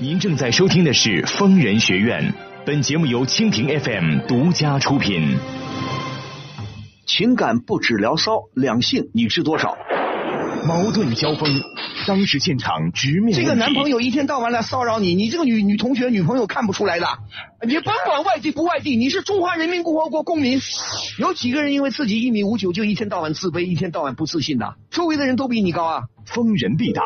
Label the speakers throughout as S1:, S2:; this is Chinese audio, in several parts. S1: 您正在收听的是《疯人学院》，本节目由蜻蜓 FM 独家出品。
S2: 情感不止聊骚，两性你知多少？
S1: 矛盾交锋，当时现场直面
S3: 这个
S1: 问题
S3: 男朋友一天到晚来骚扰你，你这个女女同学、女朋友看不出来的。你甭管外地不外地，你是中华人民共和国公民，有几个人因为自己一米五九就一天到晚自卑、一天到晚不自信的？周围的人都比你高啊！
S1: 疯人必答，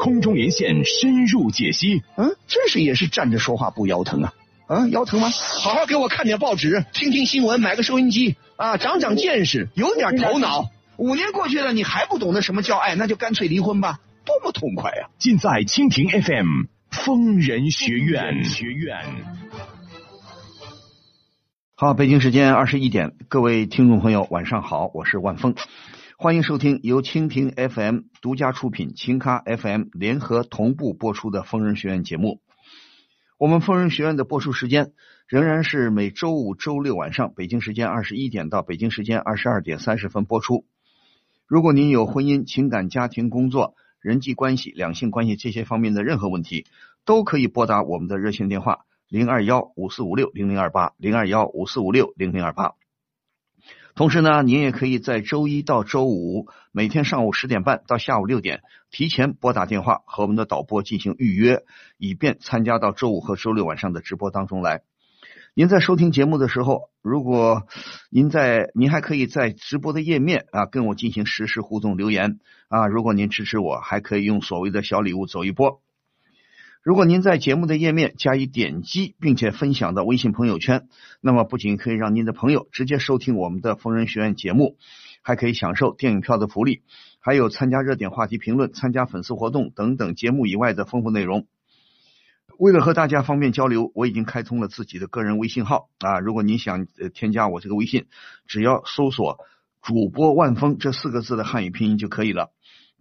S1: 空中连线深入解析。
S3: 嗯，真是也是站着说话不腰疼啊！啊，腰疼吗？好好给我看点报纸，听听新闻，买个收音机啊，长长见识，有点头 脑。五年过去了，你还不懂得什么叫爱，那就干脆离婚吧，多么痛快啊呀、
S1: 尽在蜻蜓 FM 疯人学院。学院，
S2: 好，北京时间二十一点，各位听众朋友，晚上好，我是万峰，欢迎收听由蜻蜓 FM 独家出品、琴咖 FM 联合同步播出的《疯人学院》节目。我们疯人学院的播出时间仍然是每周五、周六晚上北京时间二十一点到北京时间二十二点三十分播出。如果您有婚姻、情感、家庭、工作、人际关系、两性关系这些方面的任何问题，都可以拨打我们的热线电话零二幺五四五六零零二八零二幺五四五六零零二八。同时呢，您也可以在周一到周五每天上午十点半到下午六点提前拨打电话和我们的导播进行预约，以便参加到周五和周六晚上的直播当中来。您在收听节目的时候，如果您在，您还可以在直播的页面啊跟我进行实时互动留言啊。如果您支持我，还可以用所谓的小礼物走一波。如果您在节目的页面加以点击，并且分享到微信朋友圈，那么不仅可以让您的朋友直接收听我们的疯人学院节目，还可以享受电影票的福利，还有参加热点话题评论、参加粉丝活动等等节目以外的丰富内容。为了和大家方便交流，我已经开通了自己的个人微信号啊！如果您想呃添加我这个微信，只要搜索“主播万峰”这四个字的汉语拼音就可以了。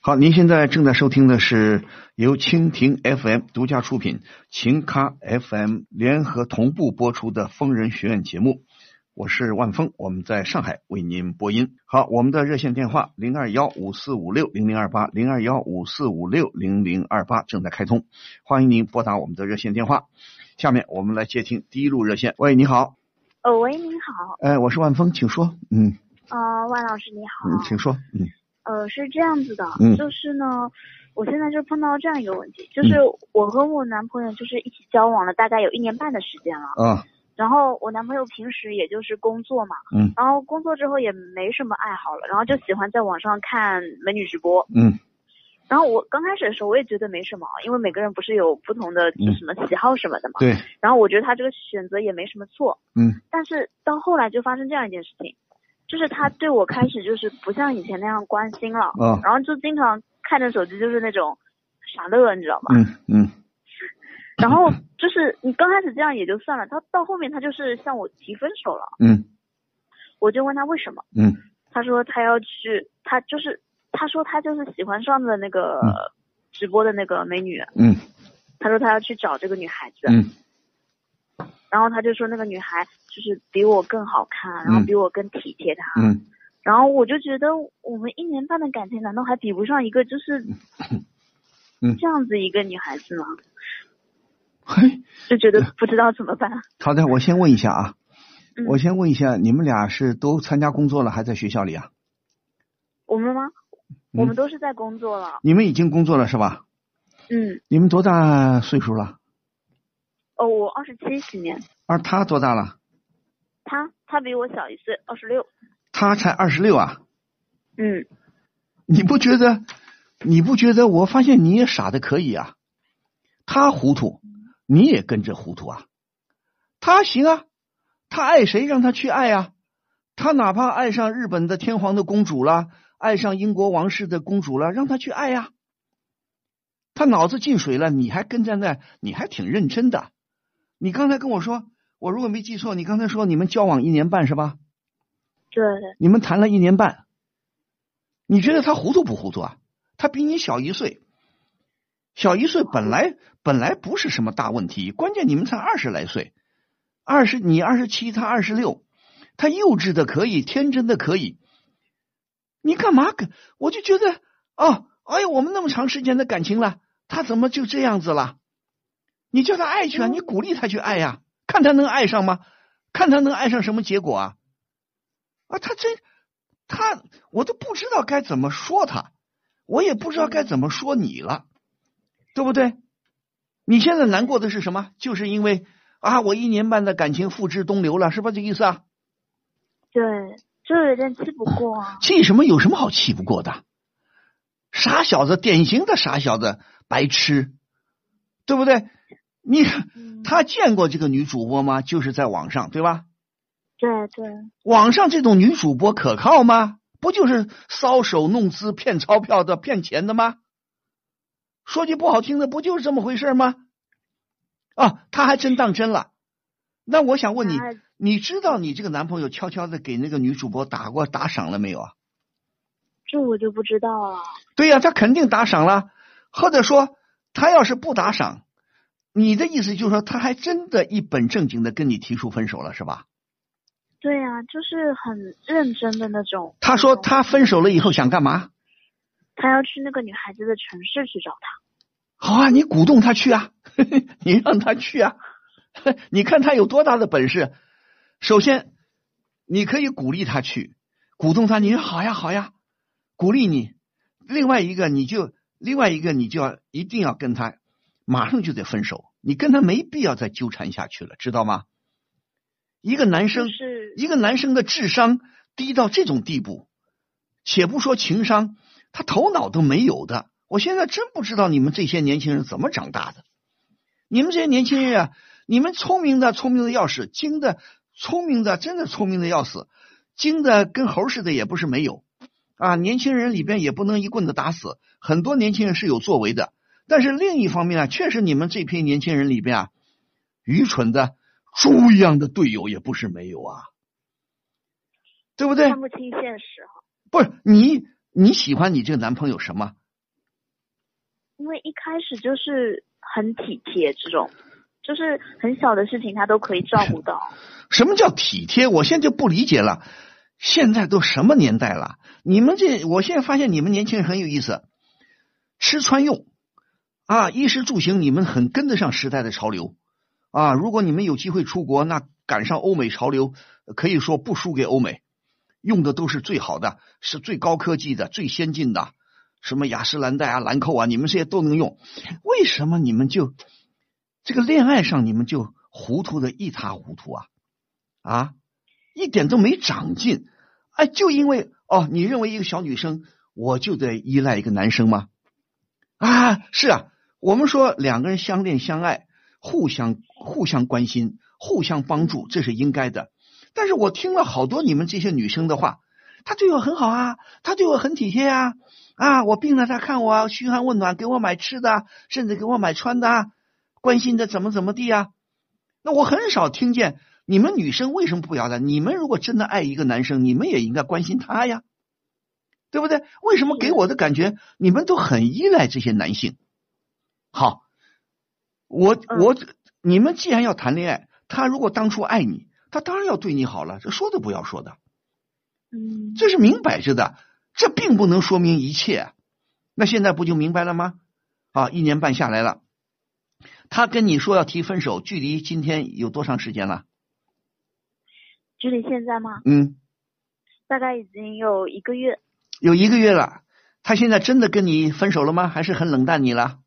S2: 好，您现在正在收听的是由蜻蜓 FM 独家出品、琴咖 FM 联合同步播出的《疯人学院》节目，我是万峰，我们在上海为您播音。好，我们的热线电话零二幺五四五六零零二八零二幺五四五六零零二八正在开通，欢迎您拨打我们的热线电话。下面我们来接听第一路热线。喂，你好，
S4: 呃，喂，您好，
S2: 哎，我是万峰，请说。嗯，
S4: 呃，万老师你好，
S2: 嗯请说。嗯
S4: 呃，是这样子的，
S2: 嗯
S4: 就是呢，我现在就碰到这样一个问题，就是我和我男朋友就是一起交往了大概有一年半的时间了，
S2: 啊，
S4: 然后我男朋友平时也就是工作嘛，
S2: 嗯
S4: 然后工作之后也没什么爱好了，然后就喜欢在网上看美女直播，
S2: 嗯
S4: 然后我刚开始的时候我也觉得没什么，因为每个人不是有不同的就
S2: 嗯
S4: 什么喜好什么的嘛，
S2: 对，
S4: 然后我觉得他这个选择也没什么错，
S2: 嗯
S4: 但是到后来就发生这样一件事情，就是他对我开始就是不像以前那样关心了，
S2: 啊，
S4: 然后就经常看着手机就是那种傻乐，你知道吗？
S2: 嗯嗯
S4: 然后就是你刚开始这样也就算了，他到后面他就是向我提分手了，
S2: 嗯
S4: 我就问他为什么，
S2: 嗯
S4: 他说他要去，他就是他说他就是喜欢上的那个
S2: 嗯
S4: 直播的那个美女，
S2: 嗯
S4: 他说他要去找这个女孩子，
S2: 嗯。
S4: 然后他就说那个女孩就是比我更好看，然后
S2: 嗯
S4: 比我更体贴他，
S2: 嗯
S4: 然后我就觉得我们一年半的感情，难道还比不上一个就是
S2: 嗯
S4: 这样子一个女孩子吗？，
S2: 嘿，
S4: 就觉得不知道怎 么办。
S2: 好的，我先问一下啊，
S4: 嗯
S2: 我先问一下，你们俩是都参加工作了，还在学校里啊？
S4: 我们吗？
S2: 嗯
S4: 我们都是在工作了。
S2: 你们已经工作了是吧？
S4: 嗯，
S2: 你们多大岁数了？
S4: 哦，我二十七，今年，
S2: 而他多大了？
S4: 他他比我小一岁，二十六。
S2: 他才二十六啊！
S4: 嗯，
S2: 你不觉得？你不觉得？我发现你也傻的可以啊！他糊涂，你也跟着糊涂啊！他行啊，他爱谁让他去爱啊！他哪怕爱上日本的天皇的公主啦，爱上英国王室的公主啦，让他去爱呀、啊他脑子进水了，你还跟在那，你还挺认真的。啊你刚才跟我说，我如果没记错，你刚才说你们交往一年半是吧？
S4: 对，
S2: 你们谈了一年半，你觉得他糊涂不糊涂啊？他比你小一岁，小一岁本来本来不是什么大问题，关键你们才二十来岁，二十你二十七，他二十六，他幼稚的可以，天真的可以。你干嘛跟？我就觉得哦，哎呀，我们那么长时间的感情了，他怎么就这样子了？你叫他爱去啊，你鼓励他去爱呀、看他能爱上吗？看他能爱上什么结果啊？啊，他真他我都不知道该怎么说他，我也不知道该怎么说你了，对不对？你现在难过的是什么？就是因为啊，我一年半的感情付之东流了，是吧？这意思啊？
S4: 对，就是有点气不过啊。
S2: 气什么？有什么好气不过的？傻小子，典型的傻小子，白痴，对不对？你
S4: 嗯
S2: 他见过这个女主播吗？就是在网上，对吧？
S4: 对对
S2: 网上这种女主播可靠吗？不就是搔首弄姿、骗钞票的、骗钱的吗？说句不好听的，不就是这么回事吗？啊，他还真当真了。那我想问你
S4: 他，
S2: 你知道你这个男朋友悄悄的给那个女主播打过打赏了没有啊？
S4: 这我就不知道了。
S2: 对呀、他肯定打赏了，或者说他要是不打赏，你的意思就是说他还真的一本正经的跟你提出分手了，是吧？
S4: 对呀、就是很认真的那种。
S2: 他说他分手了以后想干嘛？
S4: 他要去那个女孩子的城市去找他。
S2: 好啊，你鼓动他去啊， 你让他去啊， 你看他有多大的本事。首先，你可以鼓励他去，鼓动他，你说好呀好呀，鼓励你。另外一个，你就另外一个，你就要一定要跟他马上就得分手，你跟他没必要再纠缠下去了，知道吗？一个男生
S4: 就是
S2: 一个男生的智商低到这种地步，且不说情商，他头脑都没有的。我现在真不知道你们这些年轻人怎么长大的。你们这些年轻人啊，你们聪明的聪明的要死，精的聪明的真的聪明的要死，精的跟猴似的也不是没有啊。年轻人里边也不能一棍子打死，很多年轻人是有作为的。但是另一方面啊，确实你们这批年轻人里边啊，愚蠢的猪一样的队友也不是没有啊，对不对？
S4: 看不清现实哈。
S2: 不是你你喜欢你这个男朋友什么？
S4: 因为一开始就是很体贴这种，就是很小的事情他都可以照顾 到。
S2: 什么叫体贴？我现在就不理解了。现在都什么年代了？你们这，我现在发现你们年轻人很有意思，吃穿用啊，衣食住行，你们很跟得上时代的潮流啊。如果你们有机会出国，那赶上欧美潮流，可以说不输给欧美，用的都是最好的，是最高科技的、最先进的，什么雅诗兰黛啊、兰蔻啊，你们这些都能用。为什么你们就这个恋爱上你们就糊涂的一塌糊涂啊？啊，一点都没长进。哎，就因为哦，你认为一个小女生我就得依赖一个男生吗？啊，是啊，我们说两个人相恋相爱，互相互相关心，互相帮助，这是应该的。但是我听了好多你们这些女生的话，他对我很好啊，他对我很体贴啊，啊，我病了他看我啊，嘘寒问暖，给我买吃的啊，甚至给我买穿的啊，关心的怎么怎么地啊。那我很少听见你们女生为什么不摇篮？你们如果真的爱一个男生，你们也应该关心他呀，对不对？为什么给我的感觉你们都很依赖这些男性？好，我我你们既然要谈恋爱，他如果当初爱你，他当然要对你好了，这说都不要说的。
S4: 嗯，
S2: 这是明摆着的，这并不能说明一切。啊那现在不就明白了吗？啊，一年半下来了，他跟你说要提分手，距离今天有多长时间了？
S4: 距离现在嘛，
S2: 嗯，
S4: 大概已经有一个月。
S2: 有一个月了。他现在真的跟你分手了吗？还是很冷淡你了？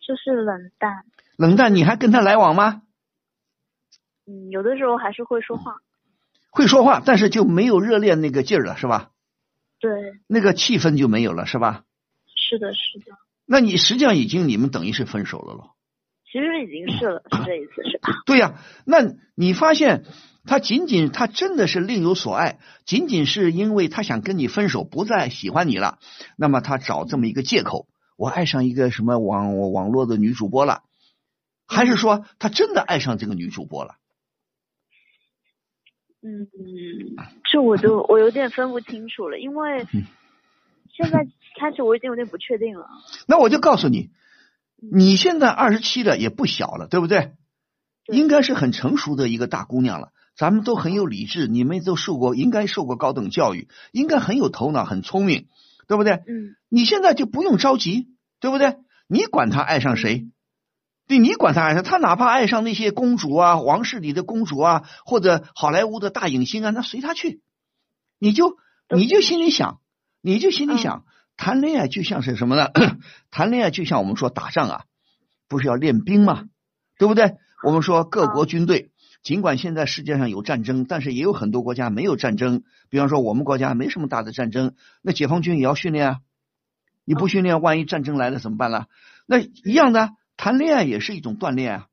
S4: 就是冷淡，
S2: 冷淡你还跟他来往吗？
S4: 嗯，有的时候还是会说话。
S2: 会说话，但是就没有热恋那个劲儿了，是吧？
S4: 对，
S2: 那个气氛就没有了，是吧？
S4: 是的，是的，
S2: 那你实际上已经你们等于是分手了咯。
S4: 其实已经是了，是这意思是吧？
S2: 对呀、那你发现他仅仅他真的是另有所爱，仅仅是因为他想跟你分手，不再喜欢你了，那么他找这么一个借口，我爱上一个什么网网络的女主播了，还是说他真的爱上这个女主播了？
S4: 嗯，这我就我有点分不清楚了，因为
S2: 嗯
S4: 现在开始我已经有点不确定了。
S2: 那我就告诉你，你现在二十七了，也不小了，对不对？
S4: 对
S2: 应该是很成熟的一个大姑娘了。咱们都很有理智，你们都受过，应该受过高等教育，应该很有头脑，很聪明，对不对？
S4: 嗯
S2: 你现在就不用着急，对不对？你管他爱上谁，对你管他爱上他，哪怕爱上那些公主啊、王室里的公主啊，或者好莱坞的大影星啊，那随他去。你就
S4: 都
S2: 你就心里想，你就心里想，谈恋爱就像是什么呢？ 谈恋爱就像我们说打仗啊，不是要练兵吗？对不对？我们说各国军队，尽管现在世界上有战争，但是也有很多国家没有战争。比方说我们国家没什么大的战争，那解放军也要训练啊。你不训练，万一战争来了怎么办呢？那一样的，谈恋爱也是一种锻炼啊，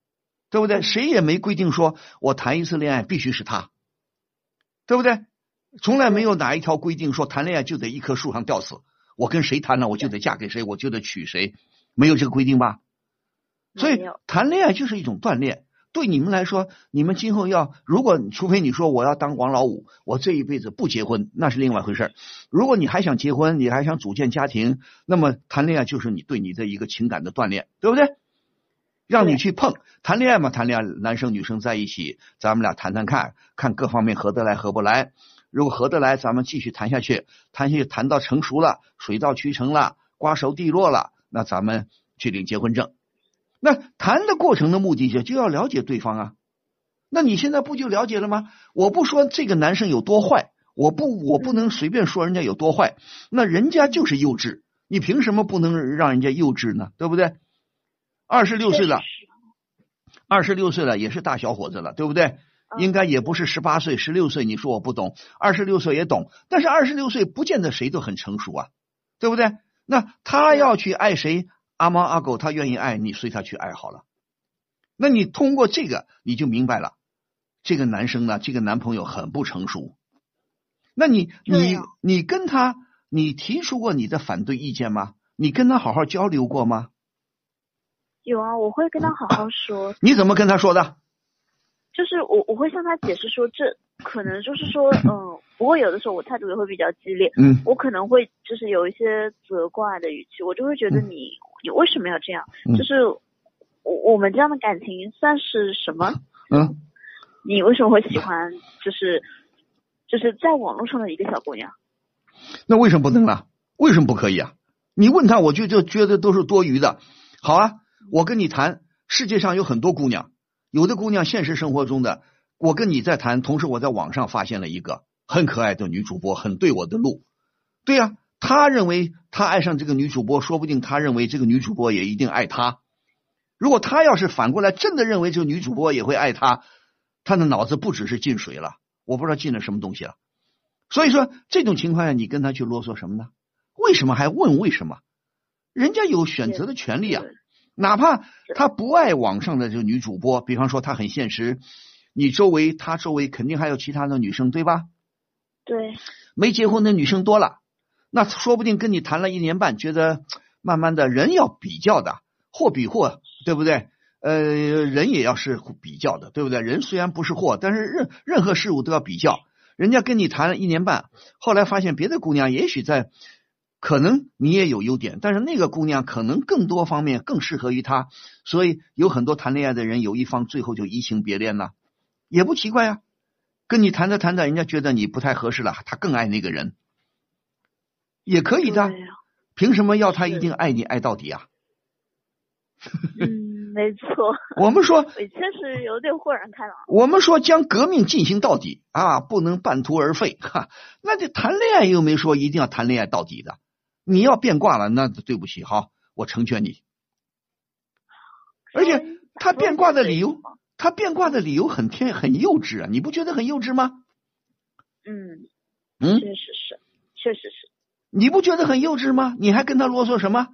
S2: 对不对？谁也没规定说我谈一次恋爱必须是他，对不对？从来没有哪一条规定说谈恋爱就得一棵树上吊死，我跟谁谈了我就得嫁给谁，我就得娶谁，没有这个规定吧？所以
S4: 没有
S2: 谈恋爱就是一种锻炼。对你们来说，你们今后要，如果除非你说我要当王老五，我这一辈子不结婚，那是另外一回事儿。如果你还想结婚，你还想组建家庭，那么谈恋爱就是你对你的一个情感的锻炼，对不对？让你
S4: 对
S2: 去碰谈恋爱嘛，谈恋爱，男生女生在一起，咱们俩谈谈看，看各方面合得来合不来。如果合得来，咱们继续谈下去，谈下去谈到成熟了，水到渠成了，瓜熟蒂落了，那咱们去领结婚证。那谈的过程的目的就就要了解对方啊。那你现在不就了解了吗？我不说这个男生有多坏，我不我不能随便说人家有多坏，那人家就是幼稚，你凭什么不能让人家幼稚呢？对不对？二十六岁了，二十六岁了也是大小伙子了，对不对？
S4: 嗯
S2: 应该也不是十八岁、十六岁，你说我不懂，二十六岁也懂，但是二十六岁不见得谁都很成熟啊，对不对？那他要去爱谁，阿猫阿狗他愿意爱你，随他去爱好了。那你通过这个你就明白了，这个男生呢，这个男朋友很不成熟。那你
S4: 对啊
S2: 你
S4: 呀
S2: 你跟他，你提出过你的反对意见吗？你跟他好好交流过吗？
S4: 有啊，我会跟他好好说，
S2: 你怎么跟他说的？
S4: 就是我我会向他解释说，这可能就是说，嗯、不过有的时候我态度也会比较激烈，
S2: 嗯
S4: 我可能会就是有一些责怪的语气，我就会觉得你、你为什么要这样？
S2: 嗯
S4: 就是我我们这样的感情算是什么？
S2: 嗯，
S4: 你为什么会喜欢就是就是在网络上的一个小姑娘？
S2: 那为什么不能呢？为什么不可以啊？你问他，我就就觉得都是多余的。好啊，我跟你谈，世界上有很多姑娘，有的姑娘现实生活中的，我跟你在谈，同时我在网上发现了一个很可爱的女主播，很对我的路。对呀、他认为他爱上这个女主播，说不定他认为这个女主播也一定爱他。如果他要是反过来真的认为这个女主播也会爱他，他的脑子不只是进水了，我不知道进了什么东西了。所以说这种情况下，你跟他去啰嗦什么呢？为什么还问为什么？人家有选择的权利啊。
S4: 对
S2: 哪怕
S4: 是
S2: 他不爱网上的这个女主播，比方说她很现实，你周围他周围肯定还有其他的女生，对吧？
S4: 对，
S2: 没结婚的女生多了，那说不定跟你谈了一年半，觉得慢慢的人要比较的，货比货，对不对？呃，人也要是比较的，对不对？人虽然不是货，但是任任何事物都要比较。人家跟你谈了一年半，后来发现别的姑娘也许在，可能你也有优点，但是那个姑娘可能更多方面更适合于她，所以有很多谈恋爱的人，有一方最后就移情别恋了，也不奇怪呀、跟你谈着谈着，人家觉得你不太合适了，他更爱那个人，也可以的
S4: 对。啊
S2: 凭什么要他
S4: 是
S2: 一定爱你爱到底啊？
S4: 嗯，没错，
S2: 我们说，
S4: 我确实有点豁然开朗。
S2: 我们说将革命进行到底啊，不能半途而废哈。那这谈恋爱又没说一定要谈恋爱到底的，你要变卦了，那对不起哈，我成全你。而且他变卦的理由他变卦的理由很天很幼稚啊，你不觉得很幼稚吗？
S4: 嗯，
S2: 嗯，
S4: 确实是，确实是，
S2: 你不觉得很幼稚吗？你还跟他啰嗦什么？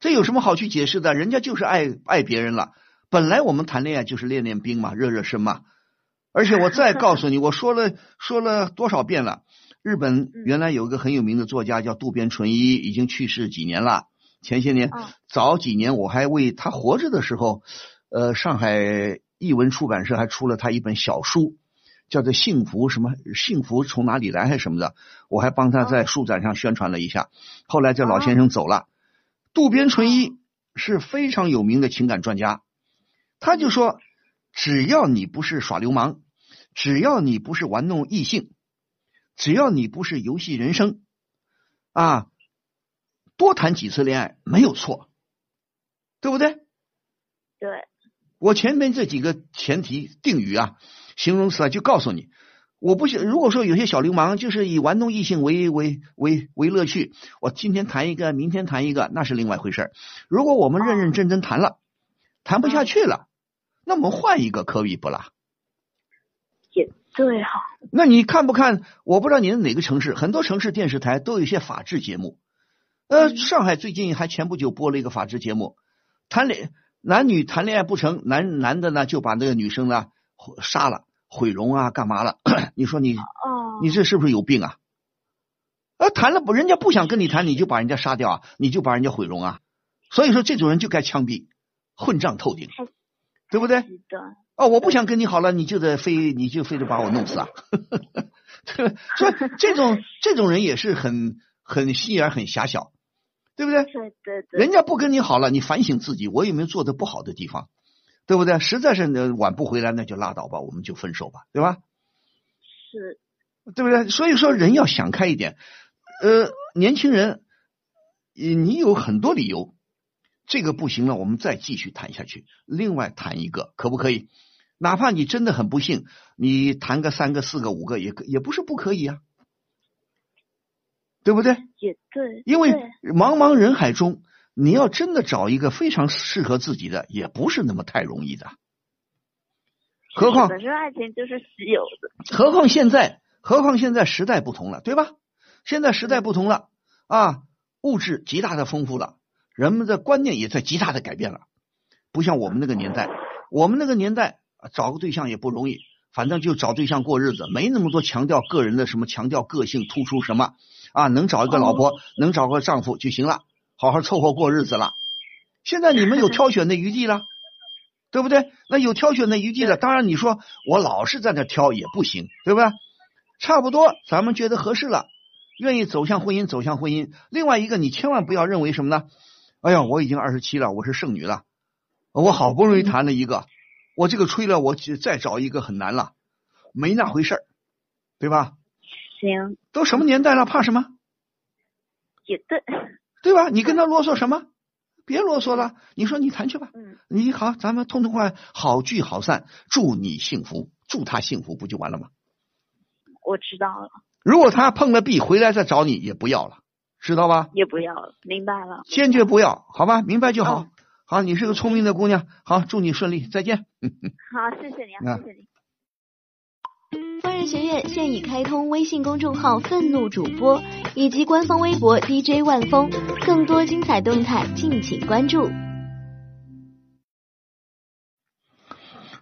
S2: 这有什么好去解释的？人家就是爱爱别人了。本来我们谈恋爱就是练练兵嘛，热热身嘛。而且我再告诉你，我说了说了多少遍了，日本原来有一个很有名的作家叫渡边淳一，已经去世几年了。前些年、
S4: 嗯
S2: 早几年，我还为他活着的时候，呃，上海译文出版社还出了他一本小书，叫做《幸福什么幸福从哪里来》还是什么的，我还帮他在书展上宣传了一下。后来这老先生走了，渡边淳一是非常有名的情感专家，他就说，只要你不是耍流氓，只要你不是玩弄异性，只要你不是游戏人生，啊，多谈几次恋爱没有错，对不对？
S4: 对，
S2: 我前面这几个前提定语啊、形容词啊，就告诉你，我不想。如果说有些小流氓就是以玩弄异性为为为为乐趣，我今天谈一个，明天谈一个，那是另外回事儿如果我们认认真真谈了，谈不下去了，那我们换一个，可以不啦？
S4: 也对哈、
S2: 那你看不看？我不知道你是哪个城市，很多城市电视台都有一些法制节目。呃，上海最近还前不久播了一个法制节目，谈恋男女谈恋爱不成，男男的呢就把那个女生呢毁杀了、毁容啊，干嘛了？ 你说你
S4: 哦，
S2: 你这是不是有病啊？呃，谈了不人家不想跟你谈，你就把人家杀掉啊，你就把人家毁容啊，所以说这种人就该枪毙，混账透顶，对不对？
S4: 是的，
S2: 哦，我不想跟你好了，你就得非你就非得把我弄死啊！ 对吧所以这种这种人也是很很心眼儿很狭小，对不对？
S4: 对对对，
S2: 人家不跟你好了，你反省自己，我有没有做的不好的地方，对不对？实在是呃挽不回来，那就拉倒吧，我们就分手吧，对吧？
S4: 是
S2: 对不对？所以说人要想开一点。呃，年轻人，呃你有很多理由，这个不行了，我们再继续谈下去。另外谈一个，可不可以？哪怕你真的很不幸，你谈个三个、四个、五个也可也不是不可以啊，对不对？
S4: 也对，
S2: 因为
S4: 对
S2: 茫茫人海中，你要真的找一个非常适合自己的，也不是那么太容易的。何况
S4: 本身爱情就是稀有的，
S2: 何况现在，何况现在时代不同了，对吧？现在时代不同了啊，物质极大的丰富了，人们的观念也在极大的改变了，不像我们那个年代，我们那个年代啊找个对象也不容易，反正就找对象过日子，没那么多强调个人的什么强调个性突出什么啊，能找一个老婆，能找个丈夫就行了，好好凑合过日子了。现在你们有挑选的余地了。对不对？那有挑选的余地了。当然，你说我老是在那挑也不行，对吧？差不多，咱们觉得合适了，愿意走向婚姻，走向婚姻。另外一个，你千万不要认为什么呢？哎呀，我已经二十七了，我是剩女了，我好不容易谈了一个，我这个吹了，我去再找一个很难了，没那回事儿，对吧？
S4: 行，
S2: 都什么年代了，怕什么？
S4: 也对，
S2: 对吧？你跟他啰嗦什么？别啰嗦了，你说你谈去吧。
S4: 嗯，
S2: 你好，咱们痛痛快快，好聚好散，祝你幸福，祝他幸福，不就完了吗？
S4: 我知道了，
S2: 如果他碰了壁回来再找你，也不要了，知道吧？
S4: 也不要了，明白了，
S2: 坚决不要，好吧？明白就好。
S4: 嗯
S2: 好，你是个聪明的姑娘，好，祝你顺利，再见。
S4: 好，谢谢你啊，
S2: 啊
S4: 谢谢你。
S5: 疯人学院现已开通微信公众号“愤怒主播”以及官方微博 DJ 万峰，更多精彩动态敬请关注。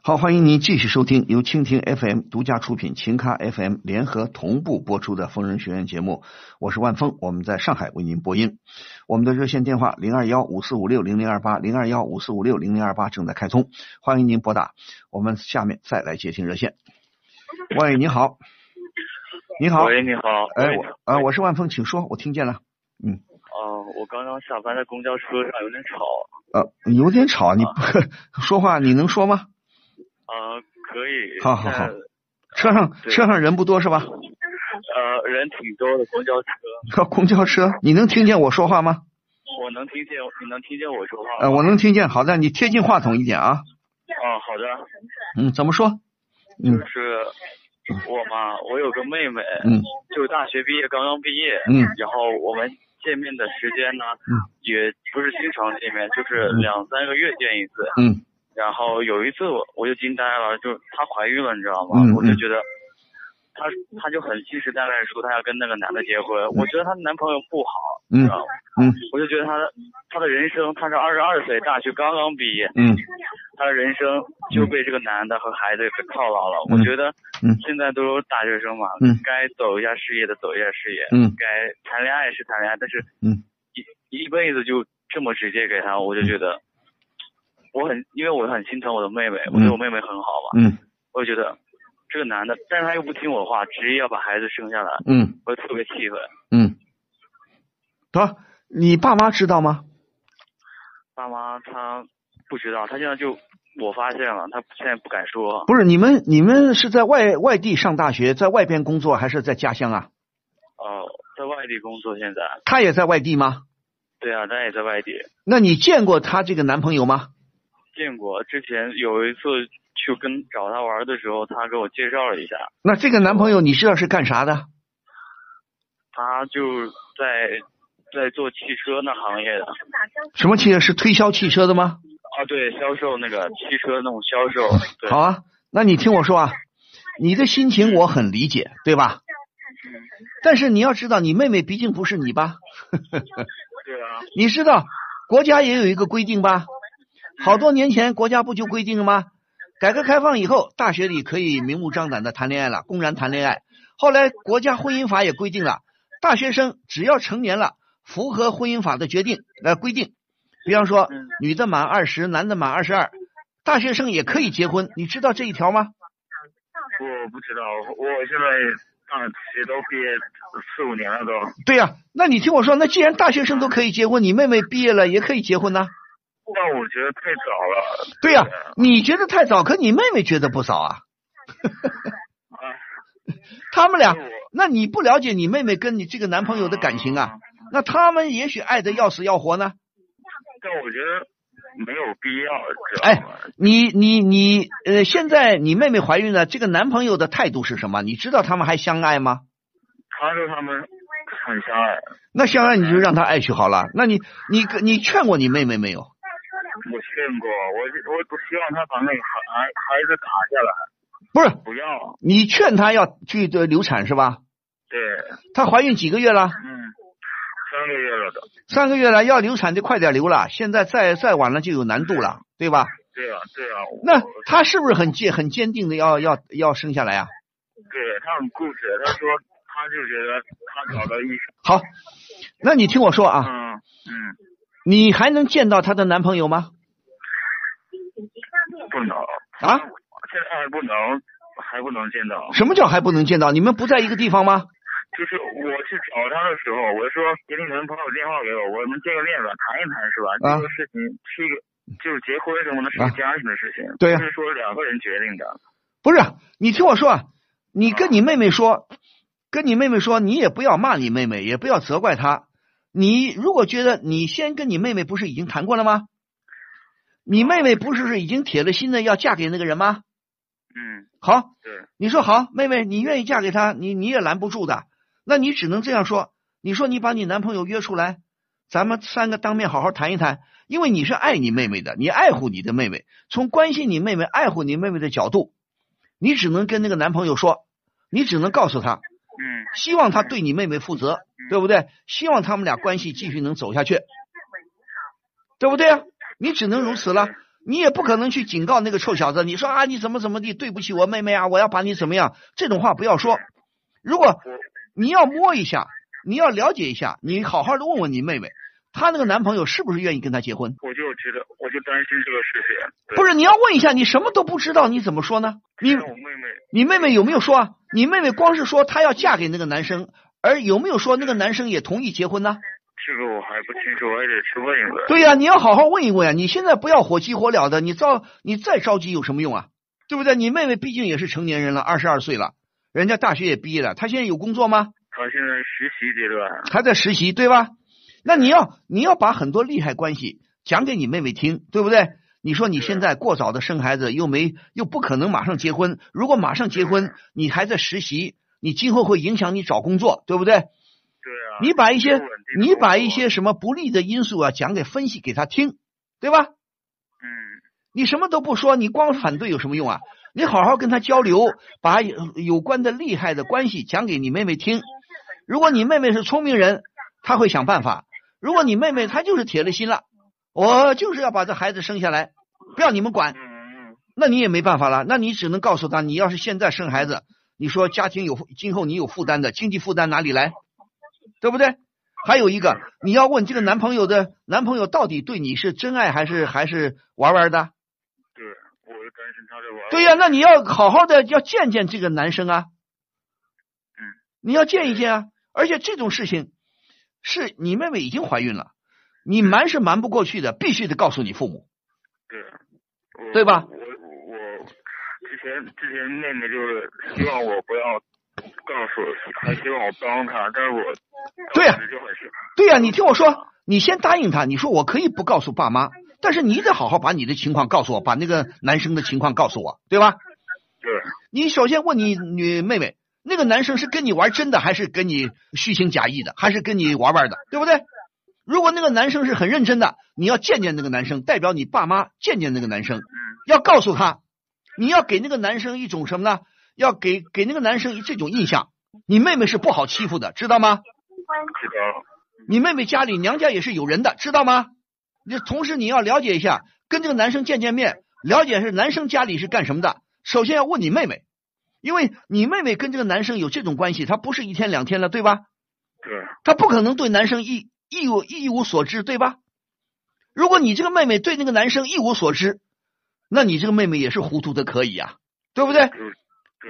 S2: 好，欢迎您继续收听由蜻蜓 FM 独家出品、秦咖 FM 联合同步播出的《疯人学院》节目，我是万峰，我们在上海为您播音。我们的热线电话零二幺五四五六零零二八零二幺五四五六零零二八正在开通，欢迎您拨打。我们下面再来接听热线。喂，你好，你好，
S6: 喂，你好。
S2: 哎，
S6: 喂
S2: 我啊，我是万峰，请说，我听见了。
S6: 哦，我刚刚下班在公交车上，有点吵。
S2: 呃，有点吵，你 说话你能说吗？
S6: 啊，可以。
S2: 好好好
S6: 现在
S2: 车上
S6: 对
S2: 车上人不多是 吧？
S6: 呃，人挺多的，公交车，
S2: 公交车，你能听见我说话吗？
S6: 我能听见，你能听见我说话吗？
S2: 呃，我能听见。好的，你贴近话筒一点啊。
S6: 哦，好的。
S2: 嗯，怎么说？嗯
S6: 就是我嘛，我有个妹妹，
S2: 嗯
S6: 就是大学毕业，刚刚毕业。
S2: 嗯
S6: 然后我们见面的时间呢，
S2: 嗯
S6: 也不是经常见面，就是
S2: 嗯
S6: 两三个月见一次。
S2: 嗯
S6: 然后有一次我我就惊呆了，就她怀孕了，你知道吗？
S2: 嗯嗯
S6: 我就觉得她她就很信誓旦旦地说她要跟那个男的结婚，我觉得她男朋友不好，
S2: 嗯
S6: 你知道吗？
S2: 嗯
S6: 我就觉得她的她的人生，她是二十二岁，大学刚刚毕业，
S2: 嗯
S6: 她的人生就被这个男的和孩子给套牢了。
S2: 嗯
S6: 我觉得
S2: 嗯
S6: 现在都是大学生嘛，
S2: 嗯
S6: 该走一下事业的走一下事业，
S2: 嗯
S6: 该谈恋爱是谈恋爱，但是
S2: 嗯
S6: 一一辈子就这么直接给他，我就觉得我很，因为我很心疼我的妹妹，我对我妹妹很好嘛，
S2: 嗯
S6: 我就觉得这个男的，但是他又不听我话，执意要把孩子生下来，
S2: 嗯
S6: 我就特别气愤。
S2: 嗯，得，你爸妈知道吗？
S6: 爸妈他不知道，他现在就我发现了，他现在不敢说。
S2: 不是你们，你们是在外外地上大学，在外边工作，还是在家乡啊？
S6: 哦，在外地工作现在，
S2: 她也在外地吗？
S6: 对啊，他也在外地。
S2: 那你见过她这个男朋友吗？
S6: 见过，之前有一次去跟找他玩的时候，他给我介绍了一下，
S2: 那这个男朋友你知道是干啥的？
S6: 他就在在做汽车那行业的
S2: 什么汽车？是推销汽车的吗？
S6: 啊，对，销售那个汽车那种销售，对，
S2: 好啊，那你听我说啊，你的心情我很理解，对吧？但是你要知道，你妹妹毕竟不是你吧？
S6: 对啊，
S2: 你知道国家也有一个规定吧？好多年前国家不就规定了吗？改革开放以后，大学里可以明目张胆的谈恋爱了，公然谈恋爱。后来国家婚姻法也规定了，大学生只要成年了，符合婚姻法的决定呃规定，比方说
S6: 嗯
S2: 女的满二十，男的满二十二，大学生也可以结婚。你知道这一条吗？
S6: 我不知道，我现在大学都毕业四五年了都，
S2: 对呀、那你听我说，那既然大学生都可以结婚，你妹妹毕业了也可以结婚呢、
S6: 但我觉得太早了。
S2: 对呀、你觉得太早，可你妹妹觉得不早啊。 他们俩，那你不了解你妹妹跟你这个男朋友的感情啊？那他们也许爱的要死要活呢。
S6: 但我觉得没有必要，知
S2: 哎，你你你，呃，现在你妹妹怀孕了，这个男朋友的态度是什么？你知道他们还相爱吗？
S6: 他说他们很相爱，
S2: 那相爱你就让他爱去好了。那你你你劝过你妹妹没有？
S6: 我劝过，我我我希望他把那个孩孩子打下来，
S2: 不是，
S6: 不要。
S2: 你劝她要去呃流产是吧？
S6: 对，
S2: 她怀孕几个月了？
S6: 嗯，三个月了都。
S2: 三个月了，要流产就快点流了，现在再再晚了就有难度了，对吧？
S6: 对啊，对啊。我
S2: 那他是不是很坚很坚定的要要要生下来啊？
S6: 对他很固执，他说他就觉得他找到医生，
S2: 好，那你听我说啊，
S6: 嗯嗯，
S2: 你还能见到她的男朋友吗？
S6: 不能，
S2: 啊？
S6: 现在还不能，还不能见到。
S2: 什么叫还不能见到？你们不在一个地方吗？
S6: 就是我去找他的时候，我说给你男朋友电话给我，我们见个面吧，谈一谈是吧？
S2: 啊
S6: 这个事情是一个，就是结婚什么的，是
S2: 啊
S6: 个家庭的事情，
S2: 对啊
S6: 不是说两个人决定的。
S2: 不是，你听我说，啊，你跟你妹妹说，跟你妹妹说，你也不要骂你妹妹，也不要责怪她。你如果觉得你先跟你妹妹不是已经谈过了吗？你妹妹不是已经铁了心的要嫁给那个人吗？
S6: 嗯，
S2: 好，
S6: 对，
S2: 你说好，妹妹，你愿意嫁给他，你你也拦不住的。那你只能这样说，你说你把你男朋友约出来，咱们三个当面好好谈一谈，因为你是爱你妹妹的，你爱护你的妹妹，从关心你妹妹、爱护你妹妹的角度，你只能跟那个男朋友说，你只能告诉他，
S6: 嗯
S2: 希望他对你妹妹负责，对不对？希望他们俩关系继续能走下去，对不对啊？你只能如此了，你也不可能去警告那个臭小子，你说啊你怎么怎么地，对不起我妹妹啊，我要把你怎么样，这种话不要说。如果你要摸一下，你要了解一下，你好好的问问你妹妹，她那个男朋友是不是愿意跟她结婚？
S6: 我就觉得，我就担心这个事情。对
S2: 不是，你要问一下，你什么都不知道，你怎么说呢？你
S6: 像我妹妹，
S2: 你妹妹有没有说啊？你妹妹光是说她要嫁给那个男生，而有没有说那个男生也同意结婚呢？
S6: 这个我还不清楚，我还得去问一问。
S2: 对呀、你要好好问一问啊！你现在不要火急火燎的，你着你再着急有什么用啊？对不对？你妹妹毕竟也是成年人了，二十二岁了，人家大学也毕业了，她现在有工作吗？
S6: 她现在实习阶段，
S2: 还在实习，对吧？那你要你要把很多利害关系讲给你妹妹听，对不对？你说你现在过早的生孩子，又没又不可能马上结婚，如果马上结婚，你还在实习，你今后会影响你找工作，对不对？
S6: 对啊。
S2: 你把一些
S6: 不稳定的
S2: 你把
S6: 工作
S2: 一些什么不利的因素啊讲给分析给她听，对吧？
S6: 嗯，
S2: 你什么都不说，你光反对有什么用啊？你好好跟他交流，把有有关的利害的关系讲给你妹妹听。如果你妹妹是聪明人，她会想办法；如果你妹妹她就是铁了心了，我就是要把这孩子生下来，不要你们管，
S6: 嗯嗯，
S2: 那你也没办法了。那你只能告诉她，你要是现在生孩子，你说家庭有今后你有负担的，经济负担哪里来？对不对？还有一个，你要问这个男朋友的男朋友到底对你是真爱还是还是玩玩的？
S6: 对，我是单身，他是玩。
S2: 对呀、那你要好好的要见见这个男生啊。
S6: 嗯。
S2: 你要见一见啊，而且这种事情是你妹妹已经怀孕了，你瞒是瞒不过去的，必须得告诉你父母。
S6: 对，我
S2: 对吧
S6: 我我我之前之前妹妹就是希望我不要告诉，还希望我帮她，但是我
S2: 对呀
S6: 当时就很是
S2: 对呀、你听我说，你先答应他，你说我可以不告诉爸妈，但是你得好好把你的情况告诉我，把那个男生的情况告诉我，对吧？
S6: 对
S2: 你首先问你你妹妹，那个男生是跟你玩真的，还是跟你虚情假意的，还是跟你玩玩的，对不对？如果那个男生是很认真的，你要见见那个男生，代表你爸妈见见那个男生，要告诉他，你要给那个男生一种什么呢？要给给那个男生这种印象，你妹妹是不好欺负的，知道吗？
S6: 知道了。
S2: 你妹妹家里娘家也是有人的，知道吗？你同时你要了解一下，跟这个男生见见面，了解是男生家里是干什么的。首先要问你妹妹，因为你妹妹跟这个男生有这种关系，她不是一天两天了，对吧？
S6: 对，
S2: 她不可能对男生一一无一无所知，对吧？如果你这个妹妹对那个男生一无所知，那你这个妹妹也是糊涂的可以呀、对不对？
S6: 就是